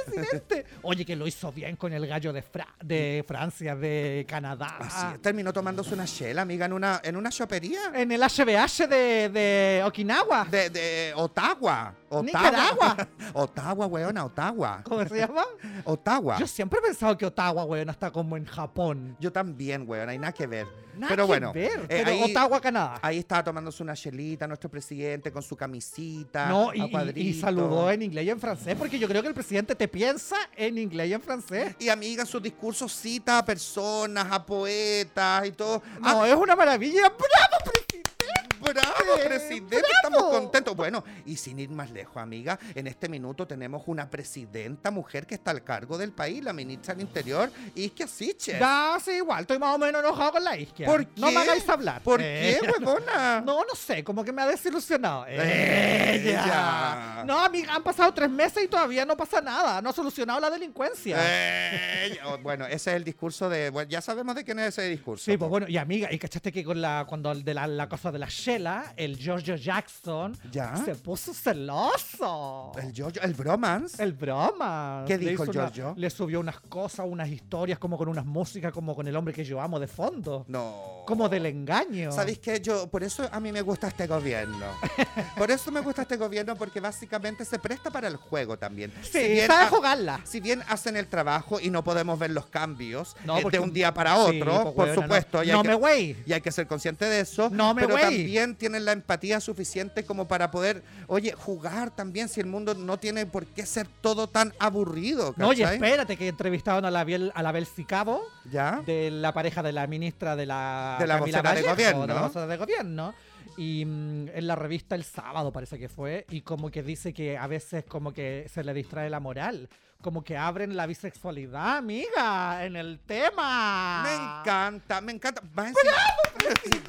S2: presidente. Oye, que lo hizo bien con el gallo de, Fra- de Francia, de Canadá.
S1: Así es. Terminó tomándose una shell, amiga, en una, en una chopería.
S2: En el HBH de, de Okinawa.
S1: De, de Ottawa. Ottawa.
S2: Ah. Nicaragua.
S1: Ottawa, weona, Ottawa.
S2: ¿Cómo se llama?
S1: Ottawa.
S2: Yo siempre he pensado que Ottawa, weón, está como en Japón.
S1: Yo también, weón, hay nada que ver.
S2: Nada
S1: pero
S2: que
S1: bueno,
S2: ver,
S1: eh,
S2: pero
S1: ahí,
S2: Ottawa, Canadá.
S1: ahí estaba tomándose una chelita nuestro presidente con su camisita.
S2: no,
S1: a
S2: y- y- y,
S1: cuadritos.
S2: saludó en inglés y en francés, porque yo creo que el presidente te piensa en inglés y en francés.
S1: Y amiga, sus discursos cita a personas, a poetas y todo.
S2: No,
S1: ¡Ah,
S2: es una maravilla. ¡Bravo, presidente!
S1: bravo, presidente!
S2: bravo.
S1: Estamos contentos. Bueno, y sin ir más lejos, amiga, en este minuto tenemos una presidenta mujer que está al cargo del país, la ministra del Interior, Iskia Siche.
S2: Ya, sí, igual, estoy más o menos enojado con la izquierda.
S1: ¿Por
S2: No
S1: qué?
S2: me hagáis hablar.
S1: ¿Por
S2: Eh,
S1: qué, huevona?
S2: No, no sé, como que me ha desilusionado.
S1: Eh, Ella.
S2: Ella. No, amiga, han pasado tres meses y todavía no pasa nada. No ha solucionado la delincuencia.
S1: Eh, ya, bueno, ese es el discurso de. Bueno, ya sabemos de quién es ese discurso.
S2: Sí, pues bueno, y amiga, y cachaste que con la, cuando el de la, la cosa de la Shela, el Giorgio Jackson
S1: ¿Ya?
S2: se puso celoso.
S1: El Giorgio, el bromance.
S2: El broma.
S1: ¿Qué
S2: Le
S1: dijo el
S2: hizo una-
S1: Giorgio?
S2: le subió unas cosas, unas historias, como con unas músicas, como con el hombre que yo amo de fondo.
S1: No.
S2: Como del engaño.
S1: ¿Sabéis qué? Yo, por eso a mí me gusta este gobierno. Por eso me gusta este gobierno, porque básicamente se presta para el juego también. Si
S2: Sí,
S1: bien
S2: sabe
S1: ha-
S2: jugarla.
S1: Si bien hacen el trabajo y no podemos ver los cambios
S2: No,
S1: eh,
S2: porque-
S1: de un día para
S2: Sí,
S1: otro,
S2: pues,
S1: por
S2: weona, no.
S1: supuesto. y hay
S2: No
S1: que-
S2: me güey.
S1: Y hay que ser consciente de eso.
S2: No me
S1: pero
S2: güey.
S1: también tienen la empatía suficiente como para poder, oye, jugar también si el mundo no tiene por qué ser todo tan aburrido.
S2: No, oye,
S1: ¿cachai?
S2: espérate que entrevistaron a la, Biel- a la Bel Sicabo,
S1: ¿Ya?
S2: de la pareja de la ministra de la,
S1: De la
S2: Camila
S1: vocera de gobierno.
S2: de la vocera de gobierno. Y mm, en la revista El Sábado parece que fue, y como que dice que a veces como que se le distrae la moral, como que abren la bisexualidad, amiga, en el tema.
S1: Me encanta, me encanta. Más encima,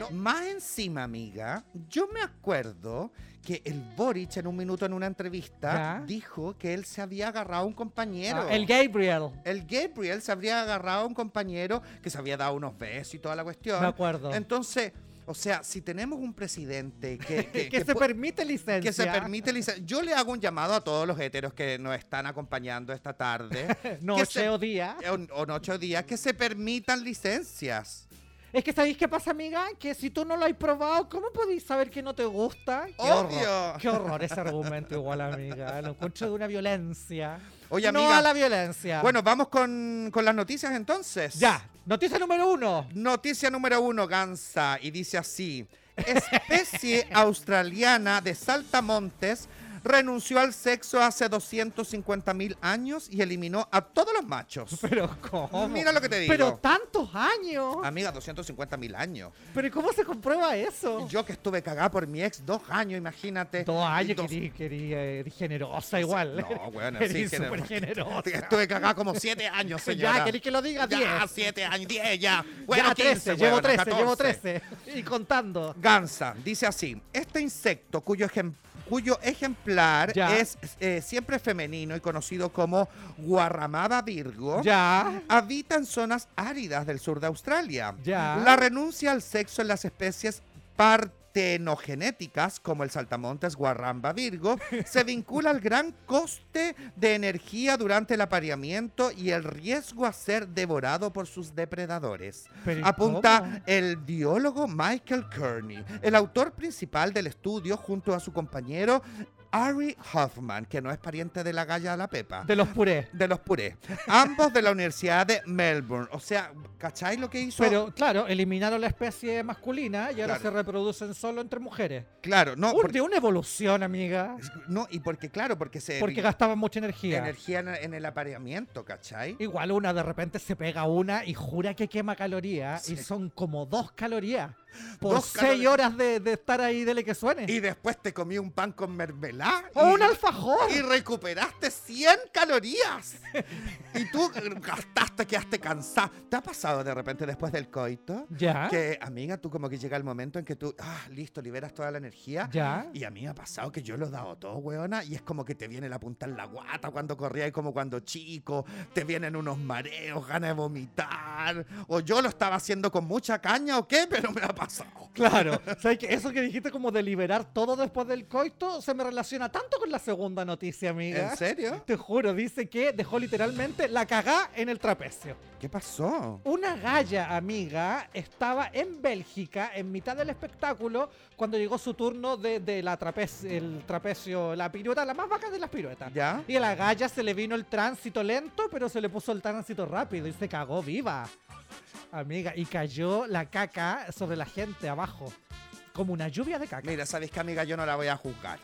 S1: No, más encima, amiga, yo me acuerdo que el Boric en un minuto en una entrevista
S2: Ya.
S1: dijo que él se había agarrado a un compañero.
S2: Ah, el Gabriel,
S1: El Gabriel se habría agarrado a un compañero que se había dado unos besos y toda la cuestión.
S2: me acuerdo.
S1: Entonces, o sea, si tenemos un presidente que,
S2: que,
S1: que-
S2: se
S1: que pu-
S2: permite licencia.
S1: que se permite, lic- yo le hago un llamado a todos los heteros que nos están acompañando esta tarde,
S2: No,
S1: que se-
S2: Cheo Díaz.
S1: eh, o, o noche o día, que se permitan licencias.
S2: Es que ¿sabéis qué pasa, amiga? Que si tú no lo has probado, ¿cómo podéis saber que no te gusta? ¡Qué
S1: ¡Obvio!
S2: horror! ¡Qué horror ese argumento igual, amiga! Lo encuentro de una violencia.
S1: Oye,
S2: no
S1: amiga.
S2: a la violencia.
S1: Bueno, vamos con, con las noticias entonces.
S2: Ya, noticia número uno.
S1: Noticia número uno, Gansa, y dice así. Especie australiana de saltamontes renunció al sexo hace 250 mil años y eliminó a todos los machos.
S2: Pero ¿cómo?
S1: Mira lo que te digo. Ah.
S2: Pero tantos años.
S1: Amiga, 250 mil años.
S2: Pero ¿y ¿cómo se comprueba eso?
S1: Yo que estuve cagada por mi ex dos años, imagínate.
S2: Oh. Dos años
S1: Dos-
S2: quería, eh, generosa igual.
S1: No, bueno,
S2: Eres
S1: sí,
S2: súper
S1: gener-
S2: generosa.
S1: Estuve cagada como siete años, señora.
S2: Ya, querí que lo diga
S1: Ya,
S2: 10.
S1: siete años, diez ya. Bueno,
S2: ya, 13,
S1: 15,
S2: llevo
S1: huevona,
S2: 13, llevo
S1: 14.
S2: 13. Y contando.
S1: Gansa dice así: Este insecto, cuyo, ejem- cuyo ejemplar
S2: Ya.
S1: es eh, siempre femenino y conocido como guarramada virgo,
S2: Ya.
S1: habita en zonas áridas del sur de Australia.
S2: Ya.
S1: La renuncia al sexo en las especies partenogenéticas, como el saltamontes guarramba virgo, se vincula al gran coste de energía durante el apareamiento y el riesgo a ser devorado por sus depredadores.
S2: Pero, ¿y
S1: Apunta
S2: cómo?
S1: el biólogo Michael Kearney, el autor principal del estudio junto a su compañero Ari Hoffman, que no es pariente de la galla de la pepa
S2: De los purés.
S1: de los purés. Ambos de la Universidad de Melbourne. O sea, ¿cacháis lo que hizo?
S2: Pero claro, eliminaron la especie masculina y ahora
S1: Claro. Ah,
S2: se reproducen solo entre mujeres.
S1: claro, no,
S2: Un-
S1: porque,
S2: de una evolución, amiga.
S1: no, y porque, claro, porque se
S2: Porque
S1: gasta
S2: gastaban mucha energía.
S1: energía en, en el apareamiento, ¿cachai?
S2: Igual una de repente se pega una y jura que quema calorías y
S1: Sí.
S2: son como dos calorías por
S1: Dos
S2: seis
S1: calorías.
S2: horas de, de estar ahí, dele que suene.
S1: Y después te comí un pan con mermelada.
S2: o
S1: y-
S2: un alfajor.
S1: Y recuperaste 100 calorías. y tú eh, gastaste, quedaste cansada. ¿Te ha pasado de repente después del coito?
S2: ya.
S1: Que, amiga, tú como que llega el momento en que tú, ah, listo, liberas toda la energía.
S2: Ya.
S1: Y a mí me ha pasado que yo lo he dado todo, weona, y es como que te viene la punta en la guata cuando corría y como cuando chico, te vienen unos mareos, ganas de vomitar, o yo lo estaba haciendo con mucha caña o qué, pero me ha pasado.
S2: Claro, ¿sabes que Eso que dijiste como de liberar todo después del coito se me relaciona tanto con la segunda noticia, amiga.
S1: ¿En serio?
S2: Te juro, dice que dejó literalmente la cagá en el trapecio.
S1: ¿Qué pasó?
S2: Una galla amiga estaba en Bélgica en mitad del espectáculo cuando llegó su turno de, de la trapez, el trapecio, la pirueta, la más vaca de las piruetas.
S1: ¿Ya?
S2: Y a la galla se le vino el tránsito lento, pero se le puso el tránsito rápido y se cagó viva. Amiga, y cayó la caca sobre la gente abajo. Como una lluvia de caca.
S1: Mira, ¿sabes qué, amiga? Yo no la voy a juzgar.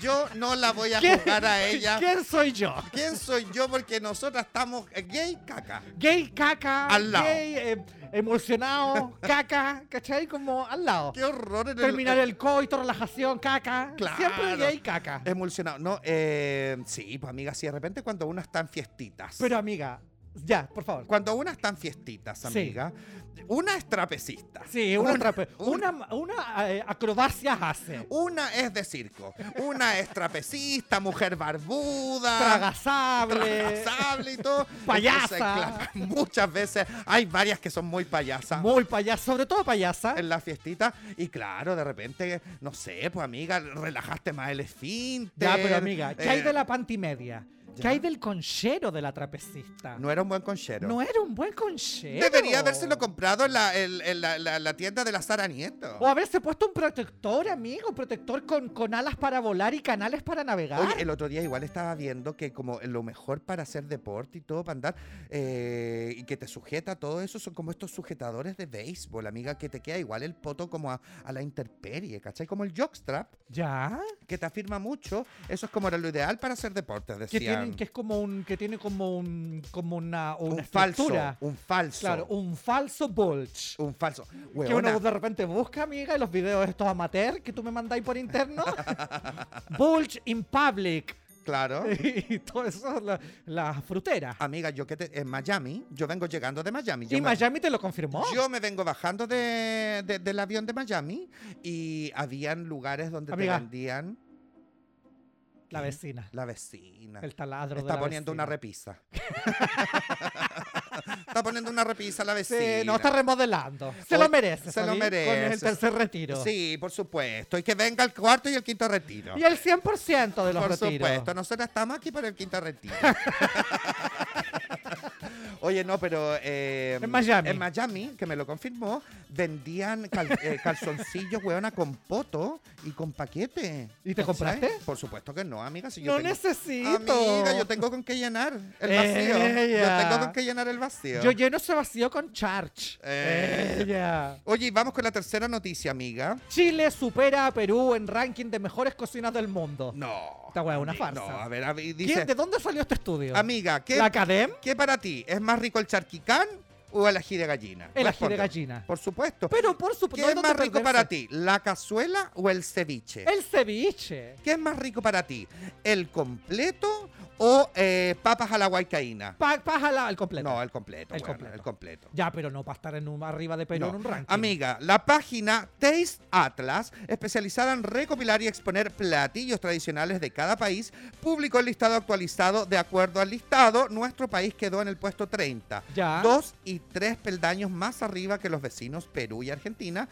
S1: yo no la voy a
S2: ¿Quién-
S1: juzgar a ella.
S2: ¿Quién soy yo?
S1: ¿Quién soy yo? Porque nosotras estamos eh, gay caca.
S2: Gay caca,
S1: Al lado.
S2: gay eh, emocionado, caca, ¿cachai? Como al lado.
S1: Qué horror en el-
S2: Terminar el coito, relajación, caca.
S1: Claro.
S2: Siempre gay caca.
S1: Emulsionado. No, eh, sí, pues amiga, sí, de repente cuando uno está en fiestitas.
S2: Pero amiga, ya, por favor.
S1: Cuando una está en fiestitas,
S2: Sí.
S1: amiga, una es trapecista.
S2: Sí, una, trape-
S1: un-
S2: una, una, eh, acrobacia hace.
S1: Una es de circo. Una es trapecista, mujer barbuda.
S2: Tragasable.
S1: Tragasable y todo.
S2: Payasa.
S1: Entonces, claro, muchas veces hay varias que son muy payasas.
S2: Muy payasa, sobre todo payasa.
S1: en la fiestita y claro, de repente, no sé, pues amiga, relajaste más el esfínter.
S2: Ya, pero amiga, ¿qué hay
S1: eh,
S2: de la pantimedia? ¿Qué
S1: ya.
S2: hay del conchero de la trapecista? No,
S1: Eh, No era un buen conchero.
S2: era un buen conchero.
S1: Debería habérselo comprado en la, en- en la- la- la tienda de la Sara Nieto.
S2: O haberse puesto un protector, amigo, un protector con, con alas para volar y canales para navegar.
S1: Oye, el otro día igual estaba viendo que como lo mejor para hacer deporte y todo, para andar, eh, y que te sujeta todo eso, son como estos sujetadores de béisbol, amiga, que te queda igual el poto como a, a la intemperie, ¿cachai? Como el jockstrap,
S2: ¿Ya?
S1: que te afirma mucho, eso es como era lo ideal para hacer deporte,
S2: Que,
S1: decían.
S2: tienen, que es como un, que tiene como un, como una, una
S1: un falso,
S2: estructura.
S1: un falso,
S2: Claro, un falso bulge.
S1: un falso.
S2: Que
S1: Huevona,
S2: uno de repente busca, amiga, y los videos estos amateur que tú me mandáis por interno. Bulge in public.
S1: claro.
S2: y todo eso, la, la frutera.
S1: Amiga, yo que te- en Miami, yo vengo llegando de Miami. Ah, yo
S2: Y
S1: me-
S2: Miami te lo confirmó.
S1: Yo me vengo bajando de, de- del avión de Miami y habían lugares donde
S2: Amiga.
S1: te vendían
S2: La vecina.
S1: la vecina.
S2: El taladro. de
S1: Está
S2: la
S1: poniendo una
S2: vecina.
S1: repisa. está poniendo una repisa la
S2: Sí,
S1: vecina.
S2: no está remodelando. Se
S1: Oye,
S2: lo merece.
S1: se lo
S2: ¿sabí? Con el
S1: merece.
S2: tercer retiro.
S1: Sí, por supuesto. Y que venga el cuarto y el quinto retiro.
S2: Y el 100% de los
S1: Por
S2: retiros.
S1: supuesto, nosotros estamos aquí para el quinto retiro. Oye, no, pero. eh,
S2: En Miami.
S1: En Miami, que me lo confirmó, vendían cal- eh, calzoncillos, weona, con poto y con paquete.
S2: ¿Y te compraste?
S1: ¿Sabes? Por supuesto que no, amiga. Si yo
S2: No
S1: tengo-
S2: necesito.
S1: Amiga, yo tengo con qué llenar el vacío.
S2: Ella.
S1: Yo tengo con qué llenar el vacío.
S2: Yo lleno ese vacío con charge.
S1: Eh.
S2: Ella.
S1: Oye, y vamos con la tercera noticia, amiga.
S2: Chile supera a Perú en ranking de mejores cocinas del mundo.
S1: No.
S2: Esta weá es una
S1: Ami-
S2: farsa.
S1: No, a ver, a- y
S2: ¿Quién-
S1: dice.
S2: ¿De dónde salió este estudio?
S1: Amiga, ¿qué,
S2: ¿La Academ?
S1: ¿qué para ti? ¿Es más rico el charquicán o el ají de gallina?
S2: El ají de
S1: Responde.
S2: gallina.
S1: Por supuesto.
S2: Pero por
S1: ¿Qué
S2: supuesto.
S1: es más rico para ti? ¿La cazuela o el ceviche?
S2: El ceviche.
S1: ¿Qué es más rico para ti? ¿El completo o eh, papas a la huaycaína?
S2: Pa- paja la- el completo.
S1: No, el completo.
S2: El
S1: weona,
S2: completo.
S1: El completo.
S2: Ya, pero no para estar en un, arriba de Perú
S1: No.
S2: en un ranking.
S1: Amiga, la página Taste Atlas, especializada en recopilar y exponer platillos tradicionales de cada país, publicó el listado actualizado. De acuerdo al listado, nuestro país quedó en el puesto 30.
S2: Ya.
S1: Dos y tres peldaños más arriba que los vecinos Perú y Argentina,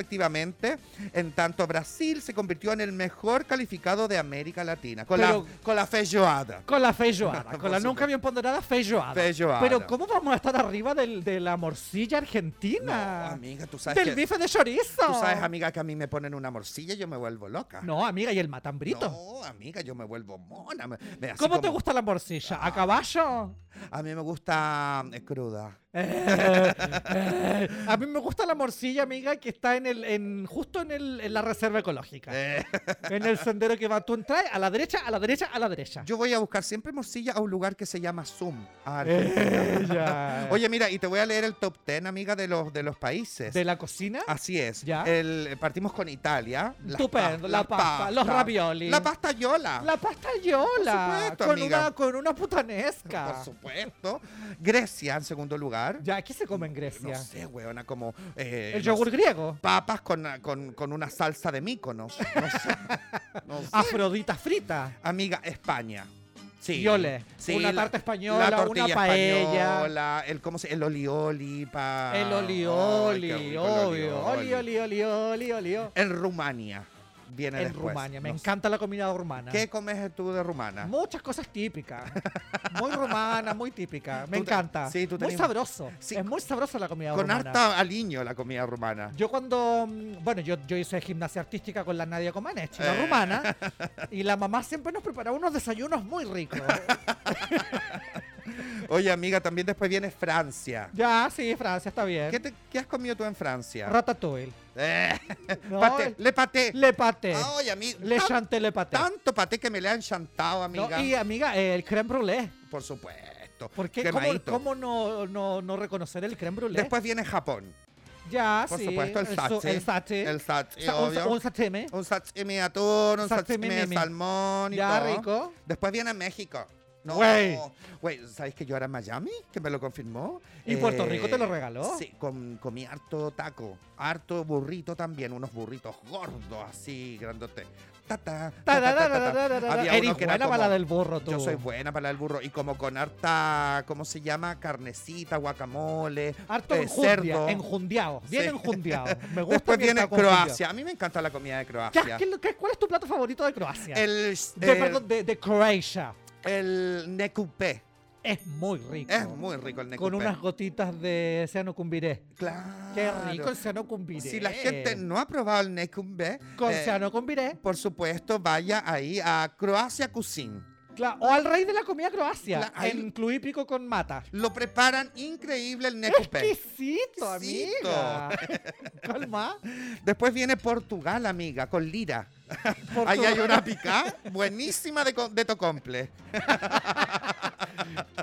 S1: respectivamente. En tanto, Brasil se convirtió en el mejor calificado de América Latina, con,
S2: Pero-
S1: la, con la feijoada.
S2: Con la feijoada, con
S1: Por
S2: la nunca
S1: supuesto.
S2: bien ponderada feijoada.
S1: Feijoada.
S2: Pero ¿cómo vamos a estar arriba del- de la morcilla
S1: No,
S2: argentina?
S1: amiga, tú sabes,
S2: Ah. del
S1: que,
S2: bife de chorizo.
S1: tú sabes, amiga, que a mí me ponen una morcilla y yo me vuelvo loca.
S2: No, amiga, y el matambrito.
S1: No, amiga, yo me vuelvo mona. me- me- así
S2: ¿Cómo te
S1: como- Ah.
S2: gusta la morcilla? ¿A caballo?
S1: A mí me gusta eh, cruda.
S2: Eh, eh. A mí me gusta la morcilla, amiga, que está en el, en, justo en, el, en la reserva ecológica.
S1: Eh,
S2: En el sendero que va tú entras, a la derecha, a la derecha, a la derecha.
S1: yo voy a buscar siempre morcilla a un lugar que se llama Zoom. a
S2: Eh.
S1: Argentina.
S2: Ella.
S1: Oye, mira, y te voy a leer el top 10, amiga, de los, de los países.
S2: ¿De la cocina?
S1: Así es.
S2: Ya.
S1: El- partimos con Italia. Las
S2: Estupendo,
S1: pas-
S2: la
S1: las
S2: pasta, los raviolis.
S1: La pasta yola.
S2: La pasta yola.
S1: Por supuesto,
S2: con,
S1: amiga.
S2: Una, con una putanesca.
S1: Por supuesto. Grecia en segundo lugar.
S2: Ya, ¿qué se come en
S1: No
S2: Grecia?
S1: sé, weona, como... eh,
S2: El
S1: no
S2: yogur
S1: sé,
S2: griego.
S1: Papas con, con- con una salsa de míconos. No sé. No
S2: Ah.
S1: sé.
S2: Afrodita frita.
S1: Amiga, España. Sí.
S2: Yole. Una
S1: la-
S2: tarta española,
S1: la tortilla
S2: una paella.
S1: española, el, ¿cómo se, el olioli. Pa...
S2: El
S1: Ay, qué
S2: olioli,
S1: rico el
S2: obvio. Oli, oli, oli, oli, oli. oli.
S1: En Rumania. Viene
S2: En
S1: después.
S2: Rumania. Me
S1: No sé.
S2: encanta la comida rumana.
S1: ¿Qué comes tú de rumana?
S2: Muchas cosas típicas. Muy rumana, muy típica. Me
S1: Tú te-
S2: encanta.
S1: sí, tú
S2: muy
S1: tenías-
S2: sabroso.
S1: Sí.
S2: Es muy sabrosa la comida
S1: Con
S2: rumana.
S1: harta aliño la comida rumana.
S2: Yo cuando, mm, bueno, yo, yo hice gimnasia artística con la Nadia Comaneci, la
S1: Eh.
S2: rumana, y la mamá siempre nos preparaba unos desayunos muy ricos.
S1: Oye, amiga, también después viene Francia.
S2: ya, sí, Francia, está bien.
S1: ¿Qué, te- qué has comido tú en Francia?
S2: Ratatouille.
S1: Eh,
S2: No,
S1: paté,
S2: el-
S1: le paté.
S2: Le paté.
S1: Ah, Oye, amiga.
S2: le
S1: tan-
S2: chanté, le paté.
S1: tanto paté que me le han chantado,
S2: No,
S1: amiga.
S2: y amiga, eh, el creme brûlée.
S1: Por supuesto.
S2: ¿Por qué? ¿Cómo,
S1: Quemadito.
S2: cómo no, no, no reconocer el creme brûlée?
S1: Después viene Japón.
S2: ya,
S1: Por
S2: sí.
S1: supuesto, el
S2: su-
S1: sache.
S2: El sache.
S1: El sachi,
S2: Sa- un, sa-
S1: obvio.
S2: un sashimi.
S1: Un sashimi de atún, un
S2: Sashimi
S1: sashimi de
S2: mimi.
S1: salmón y
S2: Ya,
S1: todo.
S2: rico.
S1: Después viene México. No,
S2: Güey.
S1: Güey, ¿sabes que yo era en Miami? Que me lo confirmó. Eh,
S2: ¿Y Puerto Rico te lo regaló?
S1: Sí, com- comí harto taco, harto burrito también, unos burritos gordos así, grandote. Ta, ta, ta, ta, ta, ta, ta. Había
S2: Eres
S1: uno que era
S2: buena
S1: como-
S2: para la del burro, tú.
S1: Yo soy buena para el burro y como con harta, ¿cómo se llama? Carnecita, guacamole,
S2: Harto
S1: eh,
S2: enjundia,
S1: cerdo.
S2: enjundiado, bien
S1: Sí.
S2: enjundiado. Me gusta
S1: Después
S2: que
S1: viene
S2: está confundido.
S1: Croacia. A mí me encanta la comida de
S2: ¿Qué-
S1: Croacia.
S2: qué- qué- cuál es tu plato favorito de Croacia?
S1: El, eh,
S2: de,
S1: el-
S2: perdón, de, de Croacia.
S1: el necupé.
S2: Es muy rico.
S1: Es muy rico el necupé.
S2: Con unas gotitas de Seano Cumbiré.
S1: Claro.
S2: Qué rico el Seano Cumbiré.
S1: Si la gente no ha probado el necupé,
S2: Con
S1: eh,
S2: Seano Cumbiré.
S1: por supuesto, vaya ahí a Croacia Cuisine.
S2: cla- o al rey de la comida Croacia.
S1: La- ahí-
S2: en Cluípico con mata.
S1: Lo preparan increíble el necupé.
S2: Exquisito,
S1: Exquisito.
S2: amiga. ¿Cuál más?
S1: Después viene Portugal, amiga, con lira. Ahí hay una pica buenísima de, co- de tocomple.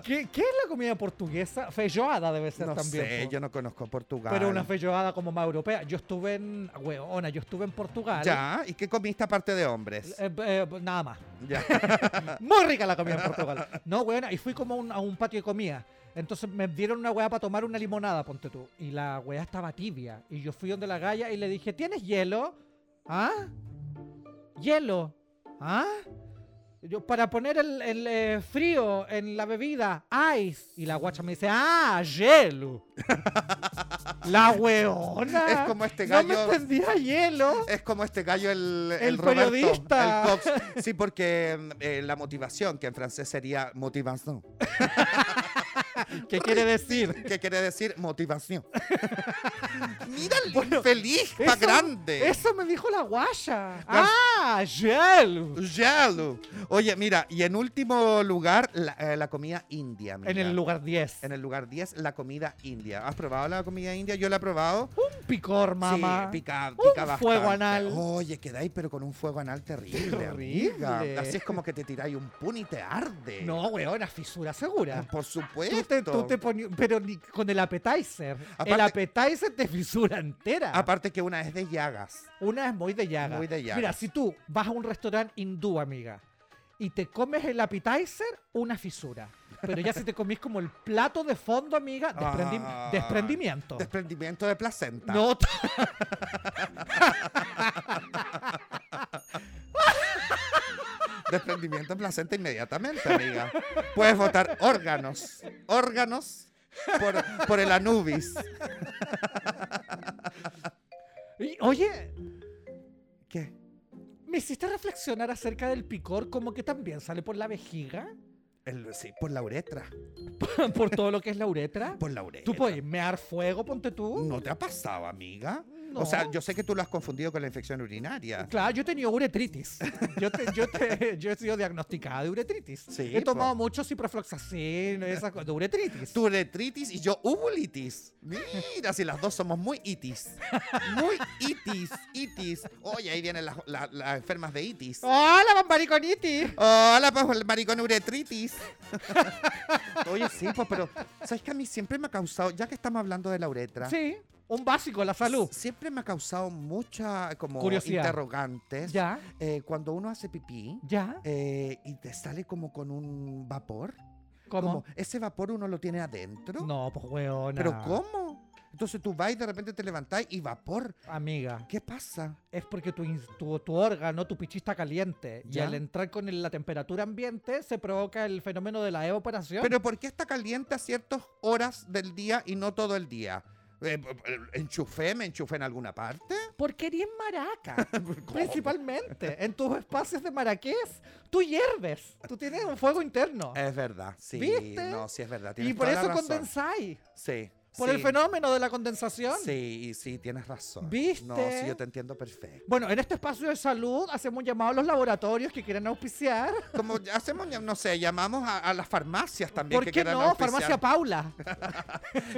S2: ¿Qué, qué es la comida portuguesa? Feijoada debe ser
S1: No
S2: también.
S1: sé,
S2: po.
S1: yo no conozco Portugal.
S2: Pero una feijoada como más europea. Yo estuve en. Hueona, yo estuve en Portugal.
S1: Ya, ¿y qué comiste aparte de hombres?
S2: Eh, eh, nada más.
S1: Ya.
S2: Muy rica la comida en Portugal. No, hueona, y fui como a un- a un patio de comida. Entonces me dieron una hueá para tomar una limonada, ponte tú. Y la hueá estaba tibia. Y yo fui donde la galla y le dije, ¿tienes hielo? ¿Ah? ¿Hielo? ¿Ah? Yo, para poner el, el, eh, frío en la bebida, ice. Y la guacha me dice, ah, hielo. la hueona.
S1: Es como este
S2: No me
S1: gallo-
S2: entendía hielo.
S1: Es como este gallo, el, el,
S2: El
S1: Roberto,
S2: periodista.
S1: el Cox. Sí, porque mm, eh, la motivación, que en francés sería motivation.
S2: ¿Qué quiere decir?
S1: ¿Qué quiere decir motivación? Mira el
S2: Bueno,
S1: feliz pa'
S2: Eso-
S1: grande.
S2: Eso me dijo la guaya. Ah, gel.
S1: Yalo. Oye, mira, y en último lugar, la, eh, la comida india.
S2: En
S1: mira.
S2: el lugar 10.
S1: En el lugar 10, la comida india. ¿Has probado la comida india? Yo la he probado.
S2: Un picor, mamá.
S1: Sí, pica,
S2: Un
S1: pica bastante.
S2: fuego anal.
S1: Oye, quedáis pero con un fuego anal terrible,
S2: Terrible.
S1: amiga. Así es como que te tiráis un pun y te arde.
S2: No, weón, a fisura segura.
S1: Por
S2: Tú
S1: supuesto.
S2: te, tú te poni- pero ni con el appetizer. el
S1: Aparte-
S2: appetizer te fisura entera.
S1: Aparte que una es de llagas.
S2: Una es muy de llaga.
S1: Muy de llaga.
S2: Mira, si tú vas a un restaurante hindú, amiga, y te comes el appetizer, una fisura. Pero ya si te comís como el plato de fondo, amiga, desprendi-
S1: Ah.
S2: desprendimiento.
S1: Desprendimiento de placenta.
S2: No, t-
S1: Desprendimiento de placenta inmediatamente, amiga. Puedes votar órganos. Órganos por, por el Anubis.
S2: y- oye,
S1: ¿Qué?
S2: me hiciste reflexionar acerca del picor como que también sale por la vejiga,
S1: El- sí, por la uretra.
S2: por todo lo que es la uretra.
S1: Por la uretra.
S2: Tú puedes mear fuego, ponte tú.
S1: ¿No te ha pasado, amiga?
S2: No.
S1: O sea, yo sé que tú lo has confundido con la infección urinaria.
S2: Claro, yo he tenido uretritis. Yo, te- yo, te- yo he sido diagnosticada de uretritis.
S1: Sí, pues.
S2: he
S1: po.
S2: tomado mucho ciprofloxacino y esas cosas de uretritis.
S1: Tu uretritis y yo uvulitis. Mira, si las dos somos muy itis. Muy itis, itis. Oye, ahí vienen las, la- las enfermas de itis.
S2: ¡Hola, bambariconitis!
S1: Hola, pues el maricón uretritis. Oye, sí, pues, pero ¿sabes que a mí siempre me ha causado, ya que estamos hablando de la uretra?
S2: Sí, un básico, la salud.
S1: Siempre me ha causado mucha como
S2: Curiosidad.
S1: interrogantes.
S2: Ya,
S1: Eh, cuando uno hace pipí
S2: ya,
S1: eh, y te sale como con un vapor.
S2: ¿cómo?
S1: Como, ese vapor uno lo tiene adentro.
S2: No, pues weona.
S1: ¿Pero cómo? Entonces tú vas y de repente te levantás y vapor.
S2: Amiga,
S1: ¿Qué pasa?
S2: es porque tu, ins- tu, tu órgano, tu pichí está caliente.
S1: Ya.
S2: Y al entrar con el- la temperatura ambiente se provoca el fenómeno de la evaporación.
S1: ¿Pero por qué está caliente a ciertas horas del día y no todo el día? Eh, eh, ¿Enchufé? ¿Me enchufé en alguna parte?
S2: Porque eres maraca. principalmente. En tus espacios de maraqués, tú hierves. Tú tienes un fuego interno.
S1: Es verdad, sí.
S2: ¿Viste?
S1: No, sí es verdad.
S2: y
S1: Eh, tienes
S2: por
S1: toda la
S2: eso
S1: razón.
S2: condensáis.
S1: Sí.
S2: Por
S1: sí,
S2: el fenómeno de la condensación.
S1: Sí, y sí, tienes razón. No,
S2: ¿Viste?
S1: sí, yo te entiendo perfecto.
S2: Bueno, en este espacio de salud hacemos un llamado a los laboratorios que quieran auspiciar.
S1: Como ya hacemos, ya- no sé, llamamos a, a las farmacias también.
S2: ¿Por
S1: que
S2: qué
S1: quieran
S2: no?
S1: auspiciar.
S2: Farmacia Paula.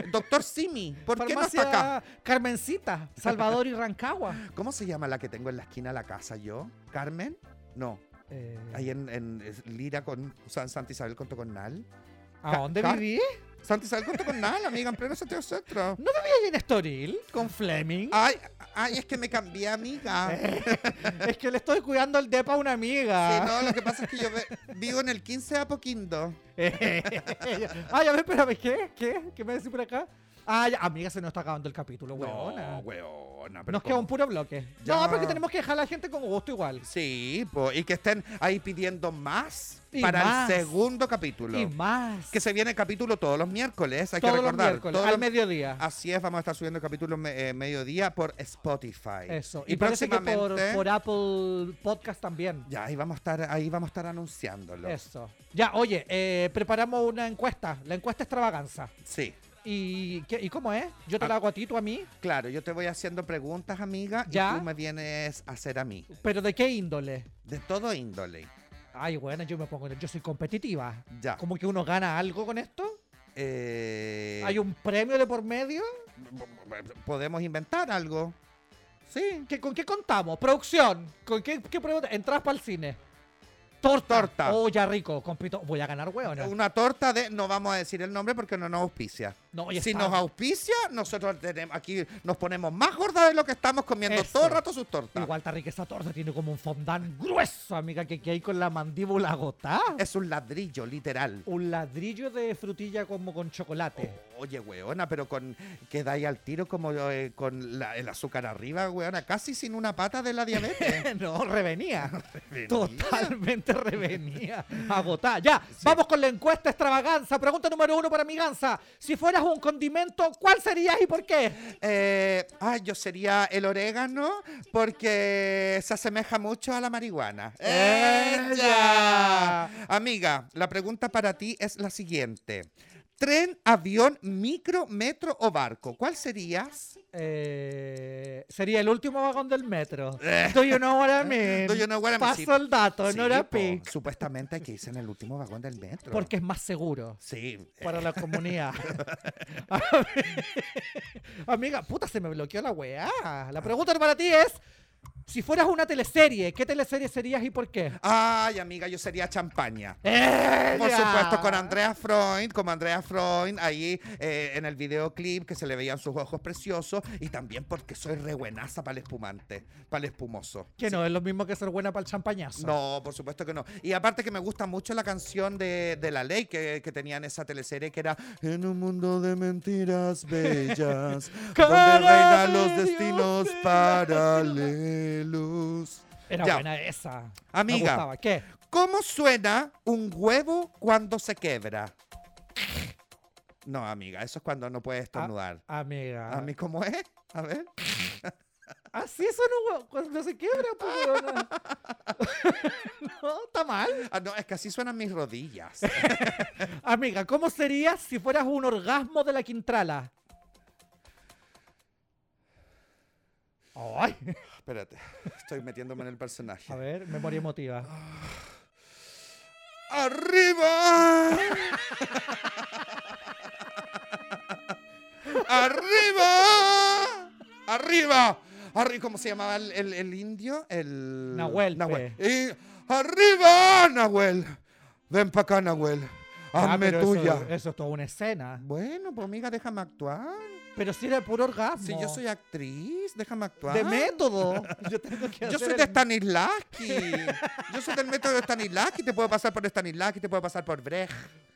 S1: Doctor Simi, ¿por qué no
S2: Farmacia
S1: está acá?
S2: Carmencita, Salvador y Rancagua.
S1: ¿Cómo se llama la que tengo en la esquina de la casa yo? ¿Carmen? No,
S2: Eh,
S1: ahí en, en, eh, Lira con San, Santa Isabel con Tocornal.
S2: ¿A
S1: Ca-
S2: dónde
S1: ca-
S2: viví?
S1: Santa Isabel con Tocornal, amiga, en pleno Santiago Centro.
S2: ¿No viví en Estoril? ¿Con Fleming?
S1: Ay, ay, es que me cambié, amiga.
S2: Es que le estoy cuidando el depa a
S1: Sí,
S2: una amiga.
S1: no, lo que pasa es que yo ve- vivo en el 15 de Apoquindo.
S2: ah, ya ver, espérame, ¿qué? ¿Qué? ¿Qué me decís por acá? Ah, ya, amiga, se nos está acabando el capítulo, weona.
S1: weona,
S2: nos queda un puro bloque.
S1: Ya.
S2: No, porque tenemos que dejar a la gente con gusto igual.
S1: Sí, po, y que estén ahí pidiendo más
S2: Y
S1: para
S2: más.
S1: el segundo capítulo.
S2: Y más.
S1: Que se viene el capítulo todos los miércoles, hay
S2: todos
S1: que
S2: los
S1: recordar.
S2: miércoles,
S1: todos
S2: al
S1: los- Ah,
S2: mediodía.
S1: Así es, vamos a estar subiendo el capítulo me- eh, mediodía por Spotify.
S2: Eso. Y, parece que por, por Apple Podcast también.
S1: ya, ahí vamos a estar, ahí vamos a estar anunciándolo.
S2: Eso. Ya, oye, eh, preparamos una encuesta. La encuesta extravaganza.
S1: Sí.
S2: ¿Y, qué- ¿Y cómo es? ¿Yo te
S1: Ah.
S2: la hago a ti, tú a mí?
S1: Claro, yo te voy haciendo preguntas, amiga,
S2: Ya.
S1: y tú me vienes a hacer a mí.
S2: ¿Pero de qué índole?
S1: De todo índole.
S2: Ay, bueno, yo me pongo... Yo soy competitiva.
S1: Ya.
S2: ¿Como que uno gana algo con esto?
S1: Eh,
S2: ¿Hay un premio de por medio?
S1: ¿Podemos inventar algo? Sí.
S2: ¿Qué- ¿Con qué contamos? ¿Producción? ¿Con qué, qué pregunta? ¿Entradas para el cine? Torta.
S1: Torta.
S2: Oh, ya rico. Compito. Voy a ganar, weón.
S1: Una torta de. No vamos a decir el nombre porque no nos auspicia.
S2: No, ya
S1: si
S2: está.
S1: nos auspicia, nosotros tenemos, aquí nos ponemos más gordas de lo que estamos comiendo
S2: Eso.
S1: todo el rato sus tortas.
S2: Igual está rica esa torta. Tiene como un fondant grueso, amiga, que, que hay con la mandíbula agotada.
S1: Es un ladrillo, literal.
S2: Un ladrillo de frutilla como con chocolate.
S1: Oye, weona, pero con que da ahí al tiro como eh, con la- el azúcar arriba, weona, casi sin una pata de la diabetes.
S2: no, revenía.
S1: Venía.
S2: Totalmente revenía. Agotada. Ya, vamos con la encuesta extravaganza. Pregunta número uno para mi ganza. Si fueras un condimento, ¿cuál serías y por qué?
S1: Eh, ay, yo sería el orégano porque se asemeja mucho a la marihuana.
S2: ¡Ella!
S1: Amiga, la pregunta para ti es la siguiente. Tren, avión, micro, metro o barco. ¿Cuál serías?
S2: Eh, sería el último vagón del metro.
S1: Eh.
S2: Do you know what I mean?
S1: Do you know what I mean? Sí.
S2: Paso el dato,
S1: Sí,
S2: no era
S1: po.
S2: pic.
S1: Supuestamente hay que irse en el último vagón del metro.
S2: Porque es más seguro.
S1: Sí. eh,
S2: Para la comunidad. Amiga, puta, se me bloqueó la weá. La pregunta para ti es: si fueras una teleserie, ¿qué teleserie serías y por qué?
S1: Ay, amiga, yo sería champaña.
S2: ¡Ella!
S1: Por supuesto, con Andrea Freund, como Andrea Freund, ahí eh, en el videoclip que se le veían sus ojos preciosos y también porque soy re buenaza para el espumante, para el espumoso.
S2: Que no, es lo mismo que ser buena para el champañazo.
S1: No, por supuesto que no. Y aparte que me gusta mucho la canción de, de La Ley que, que tenía en esa teleserie que era
S3: En un mundo de mentiras bellas,
S2: Cara
S3: donde reinan
S2: de
S3: los
S2: Dios,
S3: destinos
S2: sí,
S3: paralelos.
S2: Era
S1: Ya.
S2: buena esa.
S1: Amiga.
S2: Me gustaba. ¿Qué?
S1: ¿Cómo suena un huevo cuando se quebra? No, amiga, eso es cuando no puedes estornudar.
S2: Amiga. Ah,
S1: ¿A mí cómo es? A ver.
S2: Así son un hue- cuando se quiebra, pues, weona. No, está mal.
S1: Ah, no, es que así suenan mis rodillas.
S2: Amiga, ¿cómo serías si fueras un orgasmo de la Quintrala? Ay.
S1: Espérate, estoy metiéndome en el personaje.
S2: A ver, memoria
S1: Ah,
S2: emotiva.
S1: ¡Arriba! ¡Arriba! ¡Arriba! Arri- ¿Cómo se llamaba el, el- el indio? El...
S2: Nahuel, pues.
S1: Y- ¡Arriba, Nahuel! Ven para acá, Nahuel.
S2: Ah,
S1: Hazme
S2: pero eso-
S1: tuya.
S2: Eso, es toda una escena.
S1: Bueno, pues amiga, déjame actuar.
S2: Pero si era puro orgasmo.
S1: Si yo soy actriz, déjame actuar.
S2: de método. Yo tengo que
S1: Yo
S2: hacer
S1: soy
S2: el-
S1: de Stanislavski. Yo soy del método de Stanislavski. Te puedo pasar por Stanislavski, te puedo pasar por Brecht.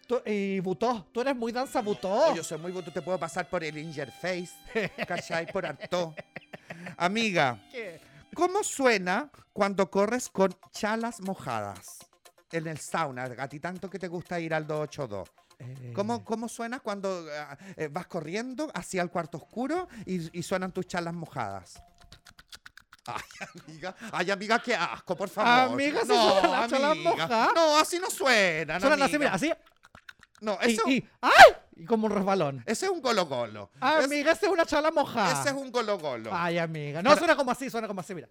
S2: Tú- y Butó, tú eres muy danza Butó.
S1: Yo soy muy bonito, te puedo pasar por el interface, ¿cachai? Por harto. Amiga,
S2: ¿Qué?
S1: ¿cómo suena cuando corres con chalas mojadas? En el sauna, a ti tanto que te gusta ir al 282.
S2: Eh,
S1: ¿Cómo, cómo suena cuando ah, eh, vas corriendo hacia el cuarto oscuro y, y suenan tus chalas mojadas? Ay, amiga, ay, amiga, qué asco, por favor.
S2: Amiga, si suenan las chalas mojadas.
S1: No, así no suenan.
S2: Suenan así,
S1: amiga.
S2: mira, así.
S1: No,
S2: Y,
S1: eso,
S2: y- Ah, ¡ay! Y como un resbalón.
S1: ese es un golo-golo. Es-
S2: Amiga, esa es una chala mojada.
S1: Ese es un golo-golo.
S2: Ay, amiga. No,
S1: Para-
S2: suena como así, suena como así, mira.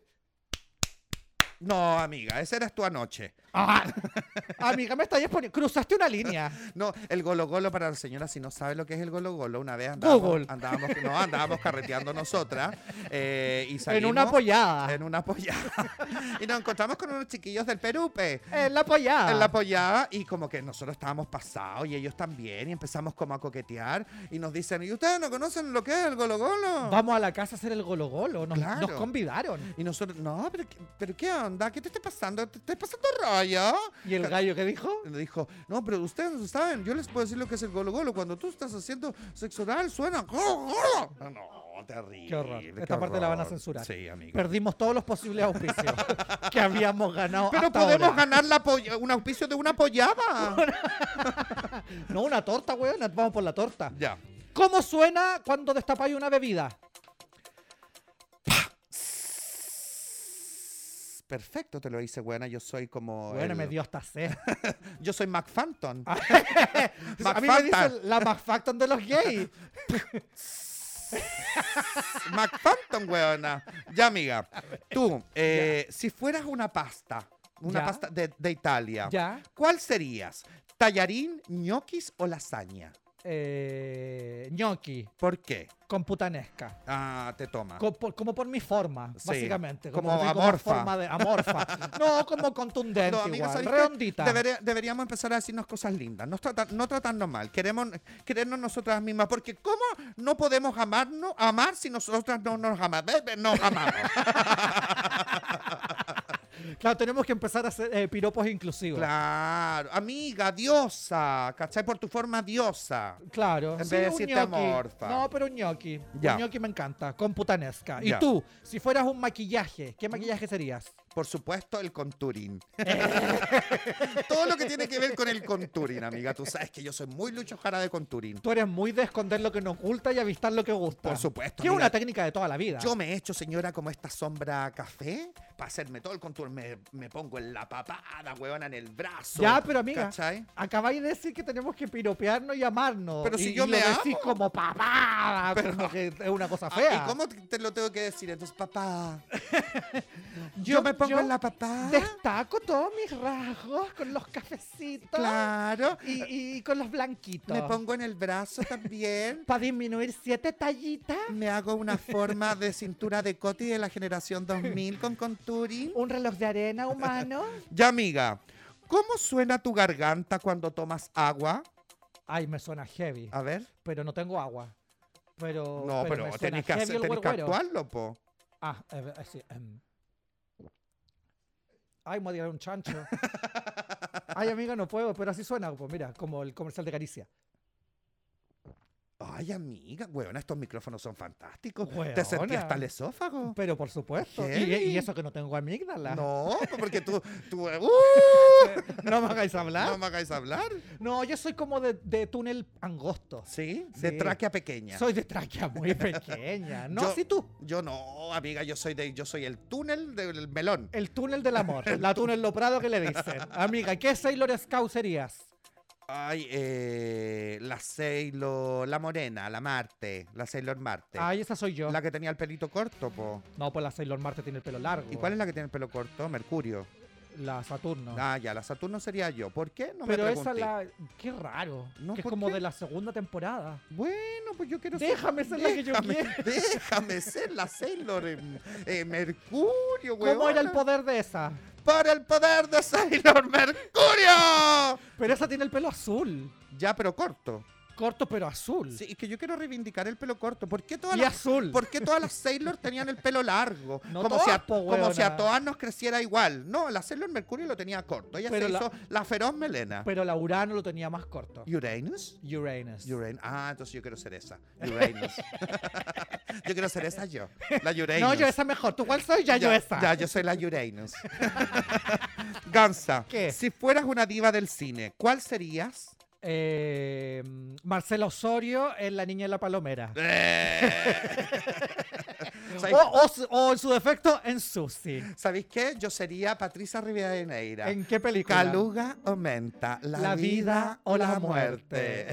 S1: No, amiga, ese eras tú anoche.
S2: Ah. amiga, me estáis poniendo. Cruzaste una línea.
S1: No, el golo golo para la señora, si no sabe lo que es el golo golo, una vez andábamos,
S2: Google.
S1: andábamos, no, andábamos carreteando nosotras eh, y salimos
S2: en una apoyada.
S1: en
S2: En,
S1: una pollada. y nos encontramos con unos chiquillos del Perupe.
S2: la apoyada.
S1: En la pollada, y como que nosotros estábamos pasados y ellos también, y empezamos como a coquetear, y nos dicen, ¿y ustedes no conocen lo que es el golo golo?
S2: Vamos a la casa a hacer el golo golo. Nos,
S1: Claro.
S2: nos convidaron.
S1: Y nosotros, no, pero, qué- pero ¿qué onda? ¿Qué te está pasando? ¿Te estás pasando raya?
S2: ¿Y el gallo qué dijo?
S1: Le dijo, no, pero ustedes no saben, yo les puedo decir lo que es el golo golo. Cuando tú estás haciendo sexo oral, suena golo golo. No, no, terrible.
S2: Qué horror. Esta parte la van a censurar.
S1: Sí, amigo.
S2: Perdimos todos los posibles auspicios que habíamos ganado.
S1: Pero
S2: hasta
S1: podemos
S2: ahora.
S1: ganar la polla- un auspicio de una pollada.
S2: No, una torta, weón. Vamos por la torta.
S1: ya.
S2: ¿Cómo suena cuando destapáis una bebida?
S1: Perfecto, te lo hice, buena. Yo soy como.
S2: Bueno,
S1: el-
S2: me dio hasta sed.
S1: Yo soy McFanton.
S2: a mí me
S1: McFantan.
S2: dicen la McFacton de los gays.
S1: McFanton, weona. Ya, amiga. Tú, eh, si fueras una pasta, una
S2: Ya.
S1: pasta de, de Italia,
S2: ya.
S1: ¿cuál serías? ¿Tallarín, ñoquis o lasaña?
S2: Eh, gnocchi,
S1: ¿Por qué?
S2: computanesca.
S1: Ah, te toma.
S2: Co- por- como por mi forma,
S1: Sí,
S2: básicamente.
S1: como
S2: tengo una
S1: amorfa.
S2: forma de amorfa. no, como contundente
S1: No, amiga,
S2: igual,
S1: ¿sabes qué?
S2: redondita.
S1: Debería- deberíamos empezar a decirnos cosas lindas, no, tratar- no tratarnos mal, queremos querernos nosotras mismas, porque ¿cómo no podemos amarnos, amar si nosotras no nos amamos? No amamos.
S2: Claro, tenemos que empezar a hacer eh, piropos inclusivos. Claro.
S1: claro, amiga, diosa, ¿cachai? Por tu forma diosa. En vez de
S2: un
S1: decirte
S2: gnocchi.
S1: amorfa.
S2: No, pero un gnocchi.
S1: Ya.
S2: Un gnocchi me encanta. Computanesca.
S1: Ya.
S2: Y tú, si fueras un maquillaje, ¿qué maquillaje serías?
S1: Por supuesto, el contouring. Todo lo que tiene que ver con el contouring, amiga. Tú sabes que yo soy muy lucho jara de contouring.
S2: Tú eres muy de esconder lo que no oculta y avistar lo que gusta.
S1: Por supuesto,
S2: Que es
S1: mira.
S2: una técnica de toda la vida.
S1: Yo me he hecho, señora, como esta sombra café, para hacerme todo el contour me, me pongo en la papada, huevona, en el brazo.
S2: Ya, pero amiga,
S1: ¿Cachai?
S2: acabáis de decir que tenemos que piropearnos y amarnos.
S1: Pero
S2: y,
S1: si yo
S2: y lo
S1: me amo.
S2: decís como papá, como que es una cosa
S1: Ah,
S2: fea.
S1: ¿Y cómo te- te lo tengo que decir? Entonces, papá.
S2: Yo-
S1: yo, me pongo
S2: yo
S1: en la papá.
S2: Destaco todos mis rasgos con los cafecitos
S1: Claro.
S2: y, y con los blanquitos.
S1: Me pongo en el brazo también.
S2: Para disminuir siete tallitas,
S1: Me hago una forma de cintura de Coti de la generación 2000 con contouring.
S2: un reloj de arena humano.
S1: Ya, amiga, ¿cómo suena tu garganta cuando tomas agua?
S2: Ay, me suena heavy,
S1: A ver.
S2: pero no tengo agua. Oh, Pero,
S1: Ah. No, pero,
S2: me suena
S1: tenés que,
S2: heavy
S1: hacer,
S2: el
S1: tenés que
S2: huerguero.
S1: actuarlo, po.
S2: Ah, eh, eh, sí. em. Ay, me voy a tirar un chancho. Ay, amiga, no puedo, pero así suena. Pues mira, como el comercial de Caricia.
S1: Ay, amiga, weón, estos micrófonos son fantásticos.
S2: Weona.
S1: Te sentí hasta el esófago.
S2: Pero por supuesto. Y,
S1: Heavy.
S2: y eso que no tengo amígdala.
S1: No, pues, porque tú. tú ¡uh!
S2: No me hagáis hablar.
S1: No me hagáis hablar.
S2: No, yo soy como de, de túnel angosto.
S1: ¿Sí? De
S2: Sí.
S1: tráquea pequeña.
S2: Soy de tráquea muy pequeña. No,
S1: Yo-
S2: si tú.
S1: Yo no, amiga, yo soy de, yo soy el túnel del melón.
S2: El túnel del amor. la túnel lo prado que le dicen. Amiga, ¿qué Sailor Scout serías?
S1: Ay, eh, la Sailor, la morena, la Marte, la Sailor Marte.
S2: Ay, esa soy yo.
S1: La que tenía el pelito corto, po.
S2: No, pues la Sailor Marte tiene el pelo largo.
S1: ¿Y cuál es la que tiene el pelo corto? Mercurio.
S2: La Saturno.
S1: Ah, ya, la Saturno sería yo. ¿Por qué? No
S2: Pero
S1: me
S2: esa
S1: pregunté.
S2: la. Qué raro.
S1: No,
S2: que es
S1: ¿por
S2: como
S1: qué?
S2: de la segunda temporada.
S1: Bueno, pues yo quiero
S2: Déjame ser la que yo quiero.
S1: Déjame ser la Sailor em, eh, Mercurio,
S2: ¿Cómo
S1: weón.
S2: era el poder de esa?
S1: ¡Por el poder de Sailor Mercurio!
S2: Pero esa tiene el pelo azul.
S1: Ya, pero corto.
S2: Corto pero azul.
S1: Sí, es que yo quiero reivindicar el pelo corto. ¿Por qué todas
S2: Y
S1: las
S2: azul.
S1: ¿Por qué todas las Sailor tenían el pelo largo?
S2: No
S1: como,
S2: todas,
S1: si a,
S2: po,
S1: como
S2: weona.
S1: si a todas nos creciera igual. No, la Sailor Mercurio lo tenía corto. Ella
S2: Pero
S1: se
S2: la-
S1: hizo la feroz melena.
S2: Pero la Urano lo tenía más corto.
S1: ¿Uranus?
S2: Uranus.
S1: Uranus. Ah, entonces yo quiero ser esa. Uranus. yo quiero ser esa yo. La Uranus.
S2: No, yo esa mejor. ¿Tú cuál soy? Ya, yo esa.
S1: Ya, yo soy la Uranus. Gansa.
S2: ¿Qué?
S1: Si fueras una diva del cine, ¿cuál serías?
S2: Eh, Marcela Osorio en La Niña de la Palomera. Eh.
S1: ¿Sabéis,
S2: O, o su- o en su defecto, en Susi.
S1: sabéis qué? Yo sería Patricia Rivadeneira.
S2: ¿En qué película?
S1: Caluga o menta, la,
S2: La
S1: vida o la muerte.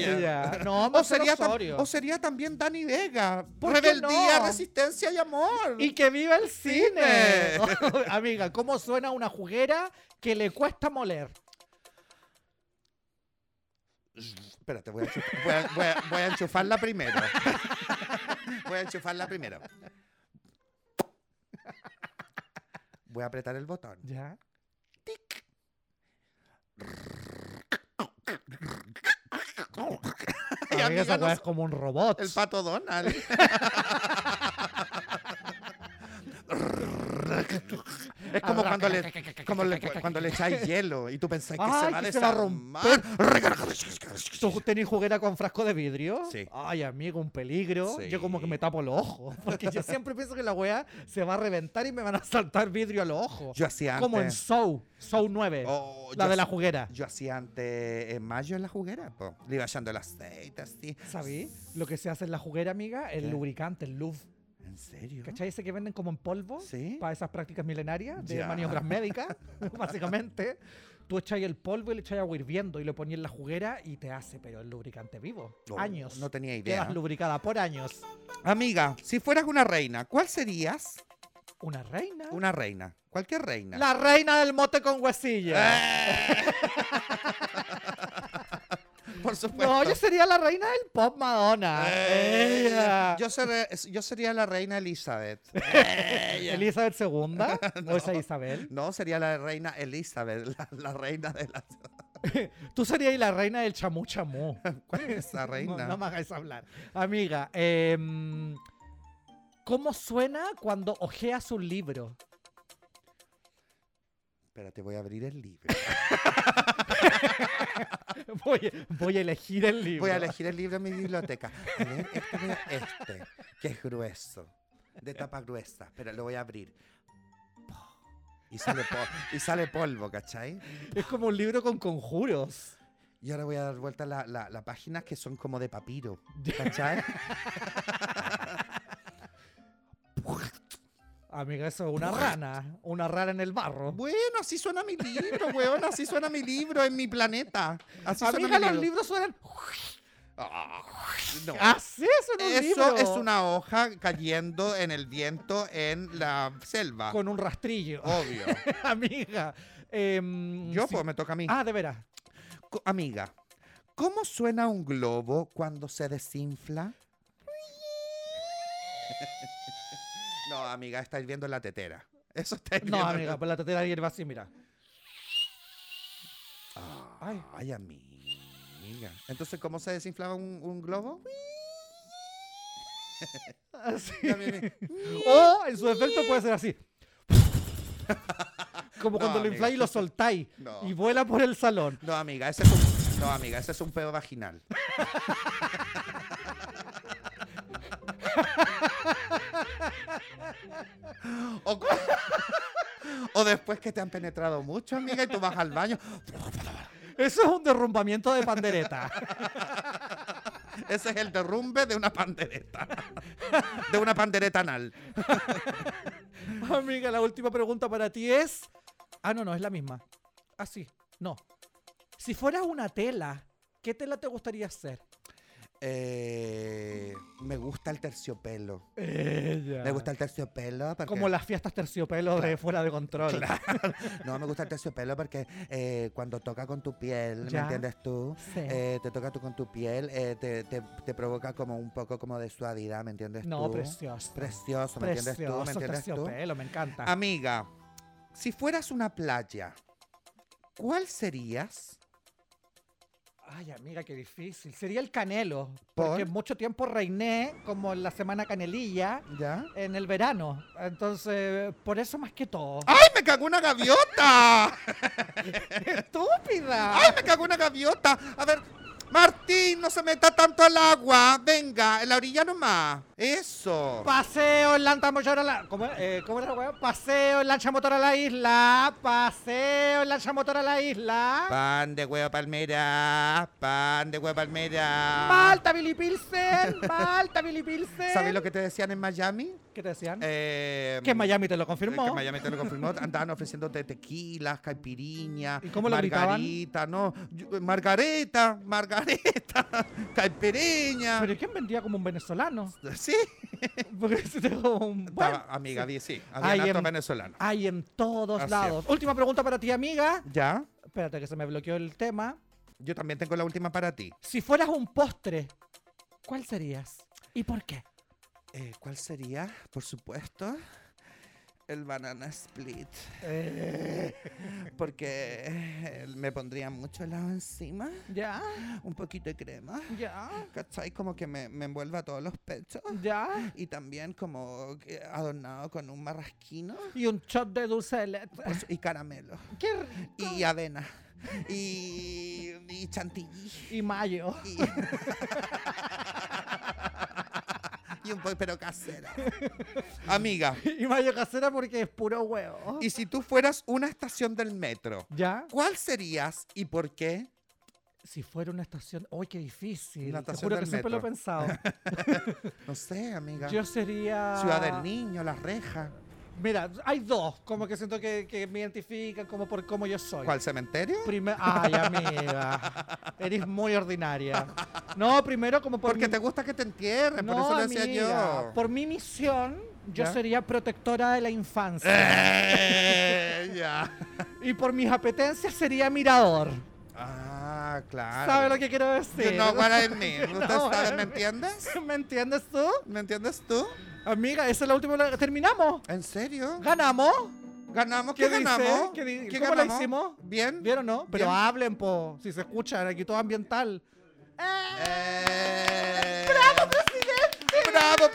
S2: Ella. No,
S1: O
S2: Marcela
S1: sería, tam-
S2: Osorio.
S1: o sería también Dani Vega.
S2: ¿Por qué
S1: Rebeldía,
S2: no?
S1: resistencia y amor.
S2: Y que viva el cine. Oh,
S1: Cine.
S2: Amiga, ¿cómo suena una juguera que le cuesta moler?
S1: Espérate, voy a, enchuf- voy a- voy a- voy a enchufarla primero. voy a enchufarla primero. Voy a apretar el botón.
S2: ¿Ya?
S1: Ay,
S2: Amiga,
S1: amiga,
S2: esa
S1: no
S2: weá
S1: sé.
S2: es como un robot.
S1: El pato Donald. es como cuando le, como le- cuando le echáis hielo y tú pensás que se
S2: Ay,
S1: va,
S2: que se va a
S1: romper.
S2: ¿Tú tenés juguera con frasco de vidrio?
S1: Sí.
S2: Ay, amigo, un peligro.
S1: Sí.
S2: Yo como que me tapo los ojos. Porque yo siempre pienso que la weá se va a reventar y me van a saltar vidrio a los ojos.
S1: Yo hacía antes.
S2: como en Soul, Soul 9.
S1: Oh,
S2: la
S1: yo
S2: de la
S1: hac-
S2: juguera.
S1: Yo hacía antes en mayo en la juguera. po. Le iba echando el aceite así.
S2: ¿Sabí? Lo que se hace en la juguera, amiga, el
S1: ¿Qué?
S2: lubricante, el lube.
S1: ¿En serio?
S2: ¿Cachai? Ese que venden como en polvo
S1: Sí.
S2: para esas prácticas milenarias de
S1: Ya.
S2: maniobras médicas, básicamente. Tú echáis el polvo y le echáis agua hirviendo y lo ponías en la juguera y te hace, pero el lubricante vivo.
S1: No,
S2: años.
S1: Oh, No tenía idea.
S2: Quedas lubricada por años.
S1: Amiga, si fueras una reina, ¿cuál serías?
S2: ¿Una reina?
S1: Una reina. Cualquier reina. Eh,
S2: La reina del mote con huesilla.
S1: Por supuesto.
S2: no, yo sería la reina del pop Madonna.
S1: Eh,
S2: Ella.
S1: Yo, seré- yo sería la reina Elizabeth.
S2: Elizabeth II. O esa Isabel.
S1: No, sería la reina Elizabeth, la, la reina de la...
S2: Tú serías la reina del chamu chamu.
S1: ¿Cuál es esa reina?
S2: No, no me hagáis hablar. Amiga, em, ¿cómo suena cuando ojeas un libro?
S1: Espérate, voy a abrir el libro.
S2: Voy, voy a elegir el libro.
S1: Voy a elegir el libro en mi biblioteca. A ver, este, voy a- este, que es grueso, de tapa gruesa, pero lo voy a abrir. Y sale, po- y sale polvo, ¿cachai?
S2: Es como un libro con conjuros.
S1: Y ahora voy a dar vuelta a la, la, la página que son como de papiro. ¿Cachai?
S2: Amiga, eso es una rana. Una rana en el barro.
S1: Bueno, así suena mi libro, weón. Así suena mi libro en mi planeta. Así
S2: Amiga,
S1: suena mi
S2: los
S1: libro.
S2: libros suenan.
S1: Ah, no.
S2: Así son un
S1: Eso
S2: libro.
S1: es una hoja cayendo en el viento en la selva.
S2: Con un rastrillo.
S1: Obvio.
S2: Amiga. em,
S1: Yo,
S2: sí.
S1: pues, me toca a mí.
S2: Ah, de veras.
S1: Co- Amiga, ¿cómo suena un globo cuando se desinfla? No, amiga, estáis viendo la tetera. Eso estáis
S2: No,
S1: viendo.
S2: amiga, pues la tetera de hierba así, mira. pues,
S1: Ay. Ay, amiga. Entonces, ¿cómo se desinflaba un, un globo?
S2: Así.
S1: Ya, mi- mi-
S2: O en su defecto puede ser así. Como
S1: No,
S2: cuando lo
S1: amiga.
S2: infláis y lo soltáis
S1: No.
S2: y vuela por el salón.
S1: No, amiga, ese es un, no, amiga, ese es un pedo vaginal. O, cu- o después que te han penetrado mucho, amiga, y tú vas al baño.
S2: Eso es un derrumbamiento de pandereta.
S1: Ese es el derrumbe de una pandereta. De una pandereta anal.
S2: Amiga, la última pregunta para ti es. Ah, no, no, es la misma. Así, no. Si fueras una tela, ¿qué tela te gustaría ser?
S1: Eh, me gusta el terciopelo.
S2: Ella.
S1: Me gusta el terciopelo porque...
S2: Como las fiestas terciopelo de fuera de control.
S1: No, me gusta el terciopelo porque eh, cuando toca con tu piel, ¿me
S2: Ya.
S1: entiendes tú?
S2: Sí.
S1: Eh, te toca tú con tu piel, eh, te, te- te provoca como un poco como de suavidad, ¿me entiendes tú?
S2: No, precioso.
S1: Precioso, ¿me entiendes tú? ¿Me
S2: Precioso
S1: entiendes tú?
S2: terciopelo, me encanta.
S1: Amiga, si fueras una playa, ¿cuál serías?
S2: Ay, amiga, qué difícil. Sería el canelo.
S1: ¿Por?
S2: Porque mucho tiempo reiné como en la semana canelilla
S1: ¿Ya?
S2: en el verano. Entonces, por eso más que todo.
S1: ¡Ay, me cagó una gaviota!
S2: ¡Estúpida!
S1: ¡Ay, me cagó una gaviota! A ver, Martín, no se meta tanto al agua. Venga, en la orilla nomás. Eso.
S2: Paseo en lancha motor a la... ¿Cómo, era? Eh, ¿cómo era la weá? Paseo en lancha motor a la isla. Paseo en lancha motor a la isla.
S1: Pan de huevo palmera, pan de huevo palmera.
S2: Malta, Billy Pilsen. Malta, Billy Pilsen.
S1: ¿Sabes lo que te decían en Miami?
S2: ¿Qué te decían?
S1: Eh,
S2: que Miami te lo confirmó.
S1: Que Miami te lo confirmó. Andaban ofreciéndote tequilas, caipiriña,
S2: ¿Y cómo lo gritaban?
S1: margarita, no, yo- margareta, margareta, caipireña.
S2: Pero ¿quién vendía como un venezolano?
S1: Sí,
S2: Porque se dejó un...
S1: Estaba-
S2: Bueno,
S1: amiga, di- sí,
S2: Ay,
S1: había hartos
S2: em-
S1: venezolanos.
S2: Hay en todos
S1: Así es.
S2: lados. Última pregunta para ti, amiga.
S1: Ya,
S2: Espérate que se me bloqueó el tema.
S1: yo también tengo la última para ti.
S2: Si fueras un postre, ¿cuál serías? ¿Y por qué?
S1: Eh, ¿Cuál sería? Por supuesto, el banana split. Eh. Porque eh, me pondría mucho helado encima,
S2: Ya,
S1: un poquito de crema,
S2: ya,
S1: ¿cachai? Como que me, me envuelva todos los pechos.
S2: ya.
S1: Y también como que adornado con un marrasquino
S2: Y un shot de dulce de leche.
S1: por su- y caramelo.
S2: Qué rico.
S1: Y avena. Y, y chantilly.
S2: Y mayo.
S1: Y, y un poco, pero casera. Amiga,
S2: Y mayo casera porque es puro huevo.
S1: y si tú fueras una estación del metro,
S2: Ya.
S1: ¿cuál serías y por qué?
S2: Si fuera una estación. ¡Uy, qué difícil!
S1: Una
S2: Te
S1: estación
S2: juro que
S1: del
S2: siempre lo he
S1: metro.
S2: pensado.
S1: No sé, amiga.
S2: Yo ah, sería.
S1: Ciudad del Niño, Las Rejas.
S2: Mira, hay dos como que siento que, que me identifican como por cómo yo soy.
S1: ¿Cuál cementerio?
S2: Prime- Ay, amiga. Eres muy ordinaria. No, primero como por
S1: Porque
S2: mi-
S1: te gusta que te entierren, por
S2: No,
S1: eso lo decía
S2: amiga,
S1: yo.
S2: Por mi misión, yo
S1: ¿Ya?
S2: sería protectora de la infancia.
S1: Eh, ya.
S2: Y por mis apetencias sería mirador.
S1: Ah, claro.
S2: ¿Sabes lo que quiero
S1: You
S2: decir?
S1: know what I mean.
S2: You
S1: ¿Ustedes
S2: know what
S1: saben,
S2: I
S1: ¿Me
S2: mean.
S1: entiendes?
S2: ¿Me entiendes tú?
S1: ¿Me entiendes tú?
S2: Amiga, esa es la última. ¿Terminamos?
S1: ¿En serio?
S2: ¿Ganamos?
S1: ¿Ganamos?
S2: ¿Qué
S1: ¿Qué,
S2: dice?
S1: ganamos?
S2: ¿Qué di- cómo la hicimos?
S1: ¿Bien?
S2: ¿Vieron, no? Pero
S1: Bien.
S2: hablen, po. Si se escuchan, aquí todo ambiental.
S1: Eh, ¡Bravo, presidente! ¡Bravo,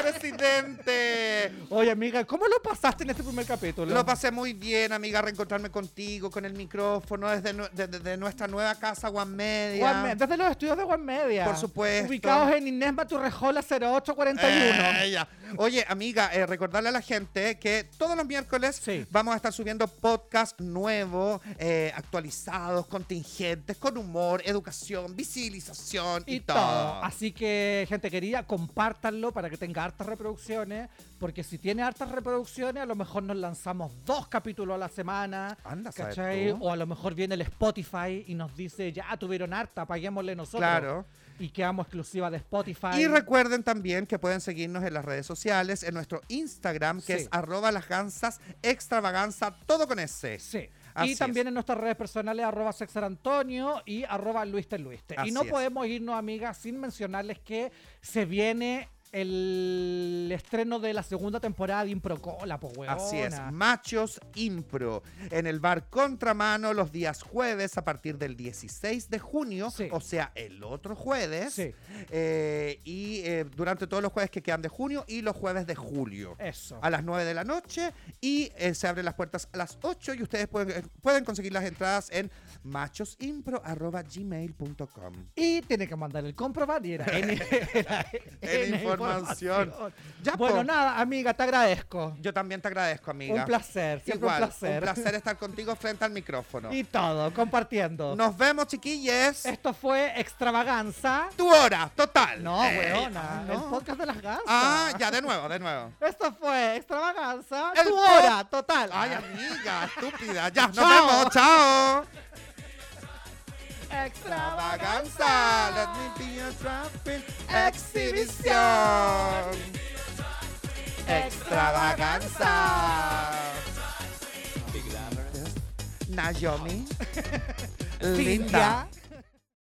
S1: presidente!
S2: Oye, amiga, ¿cómo lo pasaste en este primer capítulo?
S1: Lo pasé muy bien, amiga, reencontrarme contigo, con el micrófono, desde, nu- desde- desde nuestra nueva casa, One Media.
S2: One Me- Desde los estudios de One Media.
S1: Por supuesto.
S2: Ubicados en Inés Maturrejola 0841.
S1: Eh, ya. Oye, amiga, eh, recordarle a la gente que todos los miércoles
S2: Sí.
S1: vamos a estar subiendo podcast nuevos, eh, actualizados, contingentes, con humor, educación, visibilización y,
S2: y todo. Así que, gente querida, compártanlo para para que tenga hartas reproducciones, porque si tiene hartas reproducciones, a lo mejor nos lanzamos dos capítulos a la semana.
S1: Anda, ¿sabes
S2: ¿Cachai?
S1: tú?
S2: O a lo mejor viene el Spotify y nos dice, ya tuvieron harta, paguémosle nosotros.
S1: Claro.
S2: Y quedamos exclusiva de Spotify.
S1: Y recuerden también que pueden seguirnos en las redes sociales, en nuestro Instagram, que
S2: Sí.
S1: es arroba las gansas extravaganza, todo con S.
S2: Sí.
S1: Así
S2: y también en nuestras redes personales, arroba sexarantonio y arroba luisteluiste.
S1: Así
S2: Y no
S1: es.
S2: podemos irnos, amigas, sin mencionarles que se viene el estreno de la segunda temporada de Improcola, pues, weón.
S1: Así es, Machos Impro, en el bar Contramano los días jueves a partir del 16 de junio,
S2: Sí.
S1: o sea, el otro jueves,
S2: Sí.
S1: eh, y eh, durante todos los jueves que quedan de junio y los jueves de julio.
S2: Eso.
S1: a las 9 de la noche y eh, se abren las puertas a las 8 y ustedes pueden, eh, pueden conseguir las entradas en machosimpro.gmail.com.
S2: Y tiene que mandar el comprobante. y era N, era
S1: En
S2: N
S1: información. Ya, po.
S2: Bueno, nada, amiga, te agradezco.
S1: Yo también te agradezco, amiga.
S2: Un placer, siempre
S1: Igual,
S2: un placer.
S1: estar contigo frente al micrófono.
S2: Y todo, compartiendo.
S1: Nos vemos, chiquilles.
S2: Esto fue Extravaganza.
S1: Tu hora, total.
S2: No,
S1: Eh,
S2: weona,
S1: ah, no.
S2: el podcast de las gansas.
S1: Ah, ya, de nuevo, de nuevo.
S2: Esto fue Extravaganza.
S1: El
S2: tu
S1: po-
S2: hora total.
S1: Ay, amiga, estúpida. Ya, nos
S2: Chao.
S1: vemos, chao.
S2: Extravaganza.
S1: Let me be your trapping
S2: Exhibición.
S1: exhibition. Extravaganza. Naomi. Linda.
S2: Cintia.